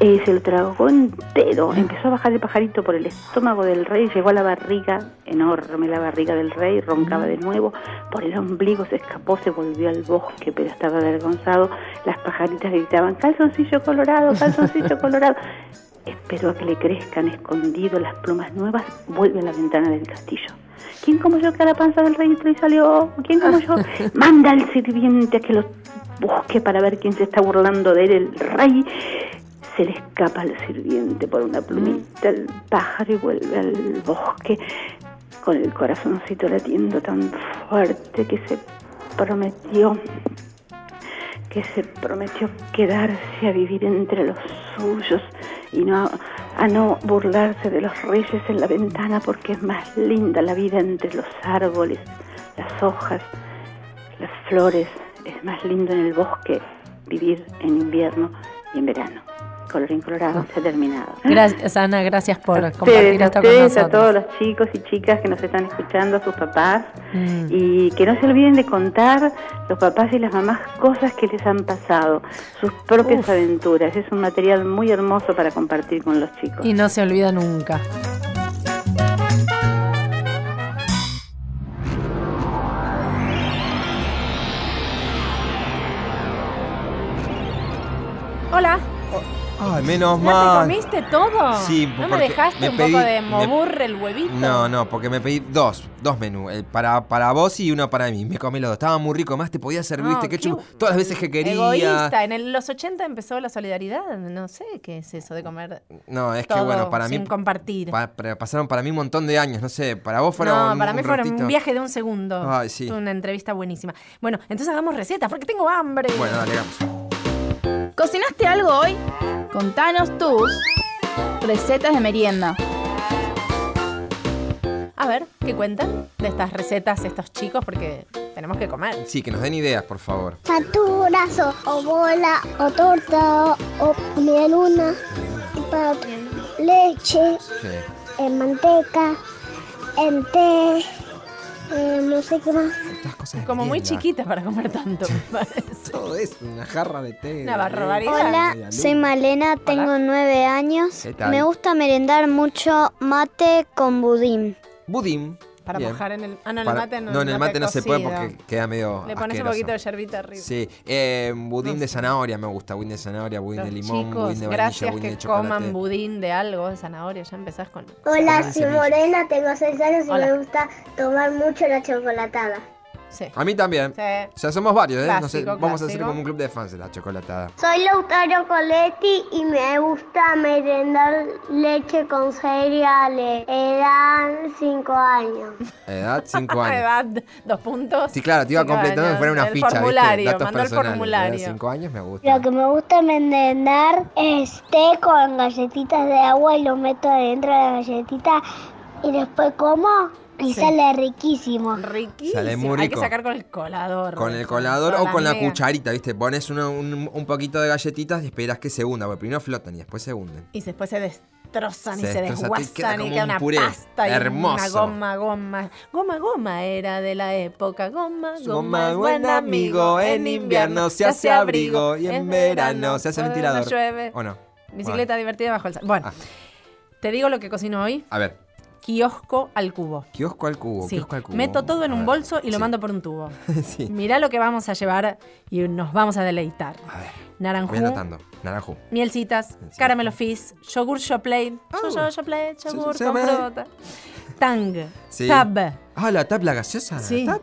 [SPEAKER 12] Eh, se lo tragó entero, empezó a bajar el pajarito por el estómago del rey, llegó a la barriga, enorme la barriga del rey, roncaba de nuevo, por el ombligo se escapó, se volvió al bosque, pero estaba avergonzado, las pajaritas gritaban, calzoncillo colorado, calzoncillo colorado. Espero a que le crezcan escondido las plumas nuevas, vuelve a la ventana del castillo. ¿Quién como yo que a la panza del rey y salió? ¿Quién como yo? Manda al sirviente a que lo busque para ver quién se está burlando de él, el rey. Se le escapa al sirviente por una plumita, el pájaro y vuelve al bosque con el corazoncito latiendo tan fuerte que se prometió que se prometió quedarse a vivir entre los suyos y no a no burlarse de los reyes en la ventana porque es más linda la vida entre los árboles, las hojas, las flores, es más lindo en el bosque vivir en invierno y en verano. Colorín colorado, se ha terminado.
[SPEAKER 2] Gracias, Ana, gracias por
[SPEAKER 12] A
[SPEAKER 2] compartir
[SPEAKER 12] ustedes, Este, a
[SPEAKER 2] esto con
[SPEAKER 12] ustedes,
[SPEAKER 2] nosotros.
[SPEAKER 12] a todos los chicos y chicas que nos están escuchando, a sus papás,
[SPEAKER 2] Mm.
[SPEAKER 12] y que no se olviden de contar los papás y las mamás cosas que les han pasado, sus propias
[SPEAKER 2] Uf.
[SPEAKER 12] aventuras. Es un material muy hermoso para compartir con los chicos.
[SPEAKER 2] Y no se olvida nunca. Hola, Eh,
[SPEAKER 3] Ay, menos
[SPEAKER 2] ¿no
[SPEAKER 3] mal.
[SPEAKER 2] te comiste todo?
[SPEAKER 3] Sí,
[SPEAKER 2] ¿No me
[SPEAKER 3] porque
[SPEAKER 2] dejaste
[SPEAKER 3] me
[SPEAKER 2] un
[SPEAKER 3] pedí-
[SPEAKER 2] poco de
[SPEAKER 3] me-
[SPEAKER 2] moburre el huevito?
[SPEAKER 3] No, no, porque me pedí dos, dos menús, el para, para vos y uno para mí. Me comí los dos, estaba muy rico, más te podía servir
[SPEAKER 2] No,
[SPEAKER 3] este
[SPEAKER 2] qué
[SPEAKER 3] ketchup todas las veces que quería.
[SPEAKER 2] Egoísta. En el- los 80 empezó la solidaridad. No sé qué es eso de comer.
[SPEAKER 3] No, es que
[SPEAKER 2] todo
[SPEAKER 3] bueno, para
[SPEAKER 2] sin
[SPEAKER 3] mí
[SPEAKER 2] compartir.
[SPEAKER 3] pa- para- pasaron para mí un montón de años, no sé, para vos fueron
[SPEAKER 2] no, para mí fue
[SPEAKER 3] ratito.
[SPEAKER 2] un viaje de un segundo.
[SPEAKER 3] Ay, sí.
[SPEAKER 2] Tuve Una entrevista buenísima. Bueno, entonces hagamos recetas porque tengo hambre.
[SPEAKER 3] Bueno, dale, vamos.
[SPEAKER 6] ¿Cocinaste algo hoy? Contanos tus recetas de merienda.
[SPEAKER 2] A ver, ¿qué cuentan de estas recetas estos chicos? Porque tenemos que comer.
[SPEAKER 3] Sí, que nos den ideas, por favor.
[SPEAKER 5] Saturazo, o bola, o torta, o media luna, pa- leche,
[SPEAKER 3] Sí.
[SPEAKER 5] en manteca, en té, eh, no sé qué más.
[SPEAKER 2] Como muy chiquitas para comer tanto, me parece.
[SPEAKER 3] Todo eso, una jarra de té.
[SPEAKER 2] Una barra
[SPEAKER 16] Hola, soy Malena, tengo nueve años.
[SPEAKER 3] ¿Qué tal?
[SPEAKER 16] Me gusta merendar mucho mate con budín.
[SPEAKER 3] Budín.
[SPEAKER 2] Para
[SPEAKER 3] Bien.
[SPEAKER 2] mojar en el. Ah, no, en el
[SPEAKER 3] Para-
[SPEAKER 2] mate no.
[SPEAKER 3] en el mate no se puede
[SPEAKER 2] cocido.
[SPEAKER 3] porque queda medio.
[SPEAKER 2] Le pones un
[SPEAKER 3] asqueroso.
[SPEAKER 2] poquito de yerbita arriba.
[SPEAKER 3] Sí, eh, budín de zanahoria me gusta, budín de zanahoria, budín
[SPEAKER 2] Los
[SPEAKER 3] de limón,
[SPEAKER 2] chicos,
[SPEAKER 3] budín de vainilla,
[SPEAKER 2] gracias
[SPEAKER 3] budín
[SPEAKER 2] que
[SPEAKER 3] de chocolate.
[SPEAKER 2] coman budín de algo, de zanahoria. Ya empezás con.
[SPEAKER 5] Hola,
[SPEAKER 3] Con
[SPEAKER 5] soy
[SPEAKER 3] semillas.
[SPEAKER 5] Morena, tengo 6 años y
[SPEAKER 2] Hola.
[SPEAKER 5] me gusta tomar mucho la chocolatada.
[SPEAKER 3] A mí también.
[SPEAKER 5] Sí.
[SPEAKER 3] O sea, somos varios, ¿eh? No sé,
[SPEAKER 5] Clásico,
[SPEAKER 3] vamos a hacer
[SPEAKER 5] clásico.
[SPEAKER 3] como un club de fans de la chocolatada.
[SPEAKER 5] Soy Lautaro Coletti y me gusta merendar leche con cereales. Eran 5 años.
[SPEAKER 3] Edad, 5 años.
[SPEAKER 2] Edad, dos puntos.
[SPEAKER 3] Sí, claro, te iba
[SPEAKER 2] Cinco
[SPEAKER 3] completando
[SPEAKER 2] años.
[SPEAKER 3] si fuera una
[SPEAKER 2] El
[SPEAKER 3] ficha,
[SPEAKER 2] formulario,
[SPEAKER 3] ¿viste? Datos
[SPEAKER 2] mandó el
[SPEAKER 3] personales.
[SPEAKER 2] formulario.
[SPEAKER 3] 5 años me gusta.
[SPEAKER 5] Lo que me gusta merendar es té con galletitas de agua y lo meto dentro de la galletita y después como y
[SPEAKER 2] Sí.
[SPEAKER 5] sale riquísimo.
[SPEAKER 2] Riquísimo.
[SPEAKER 3] Sale muy
[SPEAKER 2] Hay que
[SPEAKER 3] rico.
[SPEAKER 2] sacar con el colador.
[SPEAKER 3] Con el colador
[SPEAKER 2] Con
[SPEAKER 3] o
[SPEAKER 2] las
[SPEAKER 3] con la
[SPEAKER 2] megas.
[SPEAKER 3] cucharita, ¿viste? Pones una- un, un poquito de galletitas y esperas que se hunda, porque primero flotan y después se hunden.
[SPEAKER 2] Y después se destrozan y
[SPEAKER 3] Se
[SPEAKER 2] se
[SPEAKER 3] destroza, te
[SPEAKER 2] desguazan
[SPEAKER 3] queda como
[SPEAKER 2] y queda
[SPEAKER 3] un
[SPEAKER 2] una
[SPEAKER 3] puré.
[SPEAKER 2] pasta y una
[SPEAKER 3] Hermoso.
[SPEAKER 2] goma, goma. Goma, goma era de la época. Goma,
[SPEAKER 3] Su
[SPEAKER 2] goma.
[SPEAKER 3] mamá
[SPEAKER 2] es
[SPEAKER 3] es buen amigo, en invierno se hace abrigo y en verano se hace
[SPEAKER 2] cuando
[SPEAKER 3] ventilador.
[SPEAKER 2] llueve.
[SPEAKER 3] ¿O no?
[SPEAKER 2] Bicicleta divertida bajo el sol. Bueno,
[SPEAKER 3] Ah.
[SPEAKER 2] te digo lo que cocino hoy.
[SPEAKER 3] A ver,
[SPEAKER 2] Kiosco al cubo.
[SPEAKER 3] kiosco al cubo,
[SPEAKER 2] Sí,
[SPEAKER 3] kiosco al cubo.
[SPEAKER 2] Meto todo en
[SPEAKER 3] A
[SPEAKER 2] un
[SPEAKER 3] ver.
[SPEAKER 2] bolso y lo
[SPEAKER 3] Sí.
[SPEAKER 2] mando por un tubo.
[SPEAKER 3] sí.
[SPEAKER 2] Mirá lo que vamos a llevar y nos vamos a deleitar. Naranjú,
[SPEAKER 3] Voy anotando. Naranjú.
[SPEAKER 2] mielcitas, caramelo fizz, yogur choplate,
[SPEAKER 3] Oh.
[SPEAKER 2] yo choplate, yogur
[SPEAKER 14] se
[SPEAKER 2] con
[SPEAKER 14] ve.
[SPEAKER 2] fruta, tang,
[SPEAKER 3] Sí.
[SPEAKER 2] tab,
[SPEAKER 3] Ah, la tab, la gaseosa.
[SPEAKER 2] sí,
[SPEAKER 3] Tab.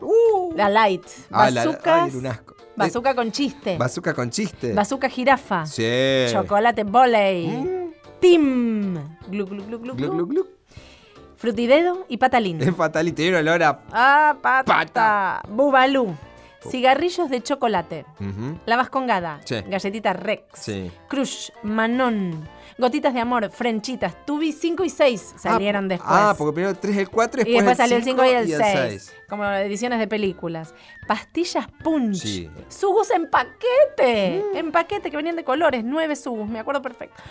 [SPEAKER 2] la light,
[SPEAKER 3] Ah, la- ay,
[SPEAKER 2] bazucas,
[SPEAKER 3] era un asco. Eh,
[SPEAKER 2] bazuca con chiste,
[SPEAKER 3] Bazooka con chiste.
[SPEAKER 2] bazuca jirafa,
[SPEAKER 3] Sí. Mm.
[SPEAKER 2] chocolate volley, tim, glu glu glu glu
[SPEAKER 3] Glu, glu,
[SPEAKER 2] frutidedo y patalín.
[SPEAKER 3] Es fatal y te dieron olor a...
[SPEAKER 2] Ah, pata. Bubalú.
[SPEAKER 3] Oh.
[SPEAKER 2] Cigarrillos de chocolate.
[SPEAKER 3] Ujú.
[SPEAKER 2] La vascongada.
[SPEAKER 3] Sí.
[SPEAKER 2] Galletita Rex.
[SPEAKER 3] Sí.
[SPEAKER 2] Crush. Manón. Gotitas de amor. Frenchitas. Tubi 5 y 6 salieron después.
[SPEAKER 3] Ah, porque primero el 3, el 4,
[SPEAKER 2] y después salió el 5 y el
[SPEAKER 3] seis.
[SPEAKER 2] 6. Como ediciones de películas. Pastillas Punch.
[SPEAKER 3] Sí. Mm.
[SPEAKER 2] Sugus en paquete. En paquete que venían de colores. Nueve sugus. Me acuerdo perfecto.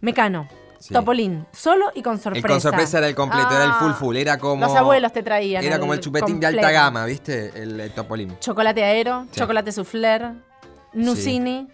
[SPEAKER 2] Mecano.
[SPEAKER 3] Sí.
[SPEAKER 2] Topolín. Solo y con sorpresa.
[SPEAKER 3] El con sorpresa era el completo, era el full
[SPEAKER 2] Ah.
[SPEAKER 3] full, era como...
[SPEAKER 2] Los abuelos te traían.
[SPEAKER 3] Era como el chupetín de alta
[SPEAKER 2] completo.
[SPEAKER 3] gama, ¿viste? El, eh, topolín.
[SPEAKER 2] Chocolate aero,
[SPEAKER 3] Sí.
[SPEAKER 2] chocolate soufflé, nucini,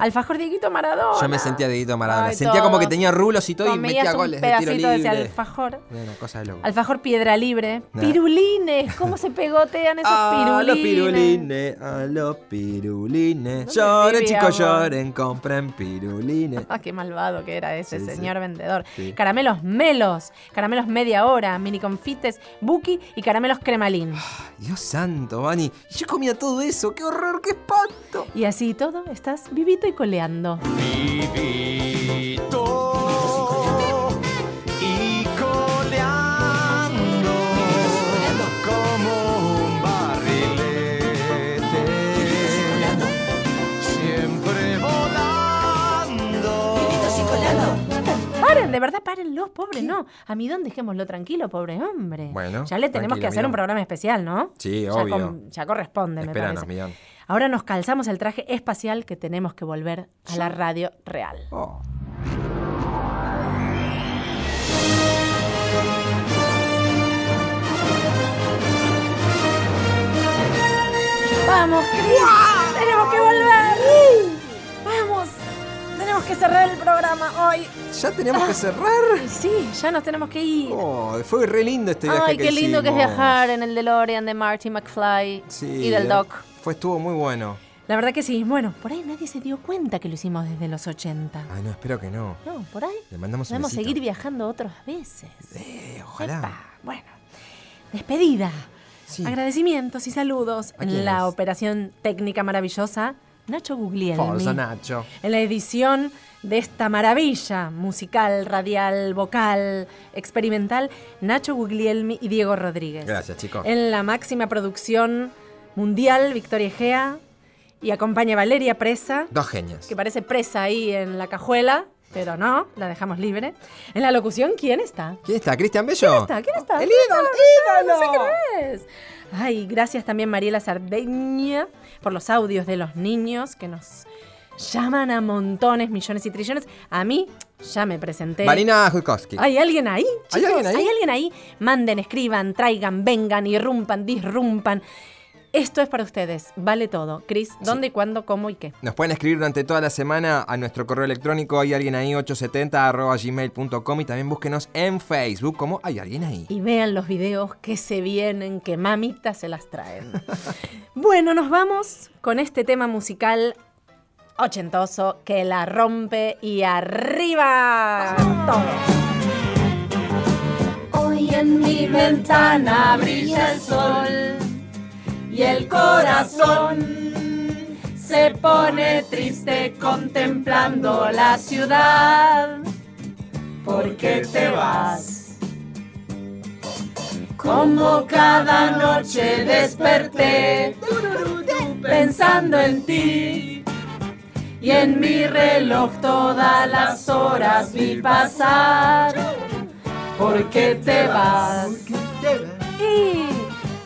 [SPEAKER 2] alfajor Dieguito Maradona.
[SPEAKER 3] Yo me sentía Dieguito Maradona.
[SPEAKER 2] Ay,
[SPEAKER 3] sentía como
[SPEAKER 2] todo.
[SPEAKER 3] que tenía rulos y todo y
[SPEAKER 2] Comías
[SPEAKER 3] metía
[SPEAKER 2] un
[SPEAKER 3] goles de tiro
[SPEAKER 2] pedacito de ese
[SPEAKER 3] libre.
[SPEAKER 2] alfajor.
[SPEAKER 3] Bueno, cosa de loco.
[SPEAKER 2] Alfajor piedra libre,
[SPEAKER 3] Nah.
[SPEAKER 2] pirulines, cómo se pegotean esos
[SPEAKER 3] A Ah, los
[SPEAKER 2] pirulines.
[SPEAKER 3] pirulines, a los pirulines. Lloren,
[SPEAKER 2] vive,
[SPEAKER 3] chicos,
[SPEAKER 2] amor?
[SPEAKER 3] lloren, compren pirulines.
[SPEAKER 2] Ah, qué malvado que era ese
[SPEAKER 3] Sí, sí.
[SPEAKER 2] señor vendedor.
[SPEAKER 3] Sí.
[SPEAKER 2] Caramelos melos, caramelos media hora, mini confites, buki y caramelos cremalín.
[SPEAKER 3] Ah. Dios santo, Vani. Yo comía todo eso, qué horror, qué espanto.
[SPEAKER 2] Y así todo, estás vivito y coleando.
[SPEAKER 7] Vivito y coleando como un barrilete. Siempre volando.
[SPEAKER 2] Paren, de verdad, párenlos, pobre, no. Amidón, dejémoslo tranquilo, pobre hombre.
[SPEAKER 3] Bueno,
[SPEAKER 2] Ya le tenemos
[SPEAKER 3] tranquilo,
[SPEAKER 2] que hacer
[SPEAKER 3] Amidón.
[SPEAKER 2] un programa especial, ¿no?
[SPEAKER 3] Sí,
[SPEAKER 2] ya
[SPEAKER 3] obvio.
[SPEAKER 2] ya corresponde, me
[SPEAKER 3] Esperanos,
[SPEAKER 2] parece.
[SPEAKER 3] millón.
[SPEAKER 2] Ahora nos calzamos el traje espacial que tenemos que volver a la radio real.
[SPEAKER 3] Oh.
[SPEAKER 2] ¡Vamos, Cris! ¡Tenemos que volver! ¡Vamos! Tenemos que cerrar el programa hoy.
[SPEAKER 3] ¿Ya tenemos que cerrar?
[SPEAKER 2] Sí, ya nos tenemos que ir.
[SPEAKER 3] Oh, fue re lindo este viaje
[SPEAKER 2] Ay,
[SPEAKER 3] que
[SPEAKER 2] qué lindo que es
[SPEAKER 3] hicimos.
[SPEAKER 2] viajar en el DeLorean de Marty McFly
[SPEAKER 3] Sí, eh,
[SPEAKER 2] y del Doc.
[SPEAKER 3] Fue, estuvo muy bueno.
[SPEAKER 2] La verdad que sí. Bueno, por ahí nadie se dio cuenta que lo hicimos desde los 80.
[SPEAKER 3] Ay, no, espero que no.
[SPEAKER 2] No, por ahí
[SPEAKER 3] Le mandamos un
[SPEAKER 2] podemos
[SPEAKER 3] besito. Eh,
[SPEAKER 2] seguir viajando otras veces.
[SPEAKER 3] Ojalá.
[SPEAKER 2] Bueno, despedida.
[SPEAKER 3] Sí.
[SPEAKER 2] Agradecimientos y saludos
[SPEAKER 3] ¿A
[SPEAKER 2] en
[SPEAKER 3] quiénes?
[SPEAKER 2] la operación técnica maravillosa Nacho Guglielmi.
[SPEAKER 3] Forza, Nacho.
[SPEAKER 2] En la edición de esta maravilla musical, radial, vocal, experimental, Nacho Guglielmi y Diego Rodríguez.
[SPEAKER 3] Gracias, chicos.
[SPEAKER 2] En la máxima producción mundial, Victoria Egea. Y acompaña a Valeria Presa,
[SPEAKER 3] Dos genias.
[SPEAKER 2] que parece presa ahí en la cajuela, pero no, la dejamos libre. En la locución, ¿quién está?
[SPEAKER 3] ¿Quién está? ¿Cristian Bello?
[SPEAKER 2] ¿Quién está? ¿Quién está?
[SPEAKER 3] Ah, ¡El
[SPEAKER 2] ¿Quién está? Ah,
[SPEAKER 3] ídolo!
[SPEAKER 2] No sé
[SPEAKER 3] ídolo!
[SPEAKER 2] quién es. Ay, gracias también Mariela Sardeña por los audios de los niños que nos llaman a montones, millones y trillones. A mí ya me presenté.
[SPEAKER 3] Marina Jutkowski.
[SPEAKER 2] ¿Hay alguien ahí?
[SPEAKER 3] ¿Hay
[SPEAKER 2] chicos?
[SPEAKER 3] alguien ahí?
[SPEAKER 2] ¿Hay alguien ahí? Manden, escriban, traigan, vengan, irrumpan, disrumpan. Esto es para ustedes. Vale todo. Cris, ¿dónde, cuándo, cómo y qué?
[SPEAKER 3] Nos pueden escribir durante toda la semana a nuestro correo electrónico hay alguien ahí 870 arroba gmail.com y también búsquenos en Facebook como hay alguien ahí.
[SPEAKER 2] Y vean los videos que se vienen, que mamita se las traen. bueno, nos vamos con este tema musical ochentoso que la rompe y arriba.
[SPEAKER 13] Hoy en mi ventana brilla el sol y el corazón se pone triste contemplando la ciudad. ¿Por qué te vas? Como cada noche desperté pensando en ti y en mi reloj todas las horas vi pasar. ¿Por qué te vas? Y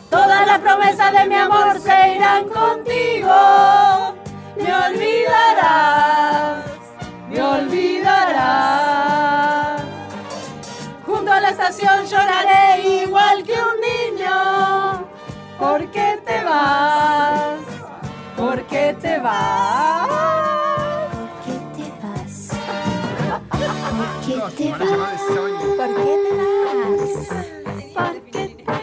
[SPEAKER 13] todas las promesas de mi amor se irán contigo. Me olvidarás, me olvidarás. Junto a la estación lloraré igual que un niño. ¿Por qué te vas? ¿Por qué te vas? ¿Por qué te vas? ¿Por qué te vas? ¿Por qué te vas? ¿Por qué te vas?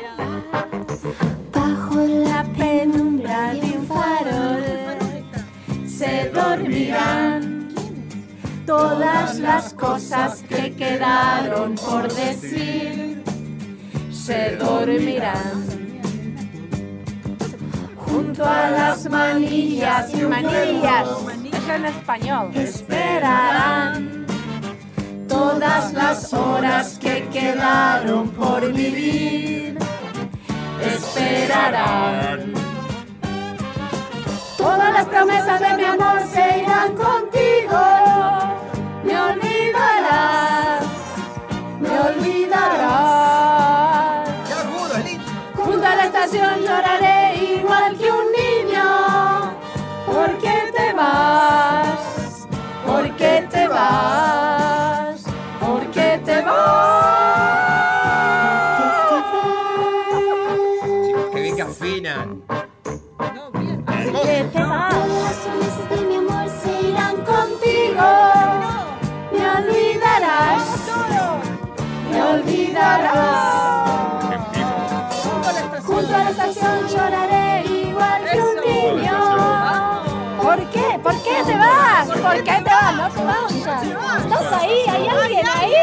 [SPEAKER 13] Bajo la penumbra de un farol se dormirán todas las cosas que quedaron por decir. Se dormirán junto a las manillas y manillas.
[SPEAKER 2] Eso en español.
[SPEAKER 13] esperarán todas las horas que quedaron por vivir. Esperarán. Todas las promesas de mi amor se irán contigo. Me olvidarás, me olvidarás. Junto a la estación lloraré igual que un niño. ¿Por qué te vas? ¿Por qué te vas? ¿Por qué te vas?
[SPEAKER 3] ¡Qué bien que afinan!
[SPEAKER 13] ¿Por qué te vas? Las promesas de mi amor se irán contigo. Me olvidarás. Me olvidarás. Junto a la estación lloraré igual que un niño. ¿Por qué? ¿Por qué te vas? ¿Por qué te vas? No te vayas. Estás ahí, hay alguien ahí.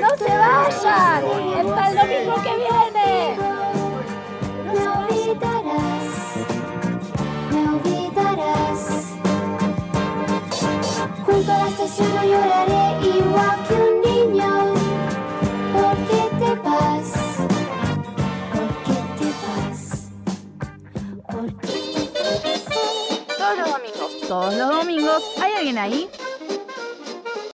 [SPEAKER 13] No te vayas. Está el domingo que viene. Me olvidarás. Me olvidarás. Junto a la estación no lloraré igual que un niño. ¿Por qué te vas? ¿Por qué te vas? ¿Por qué te vas?
[SPEAKER 6] Todos los domingos. Todos los domingos. ¿Hay alguien ahí?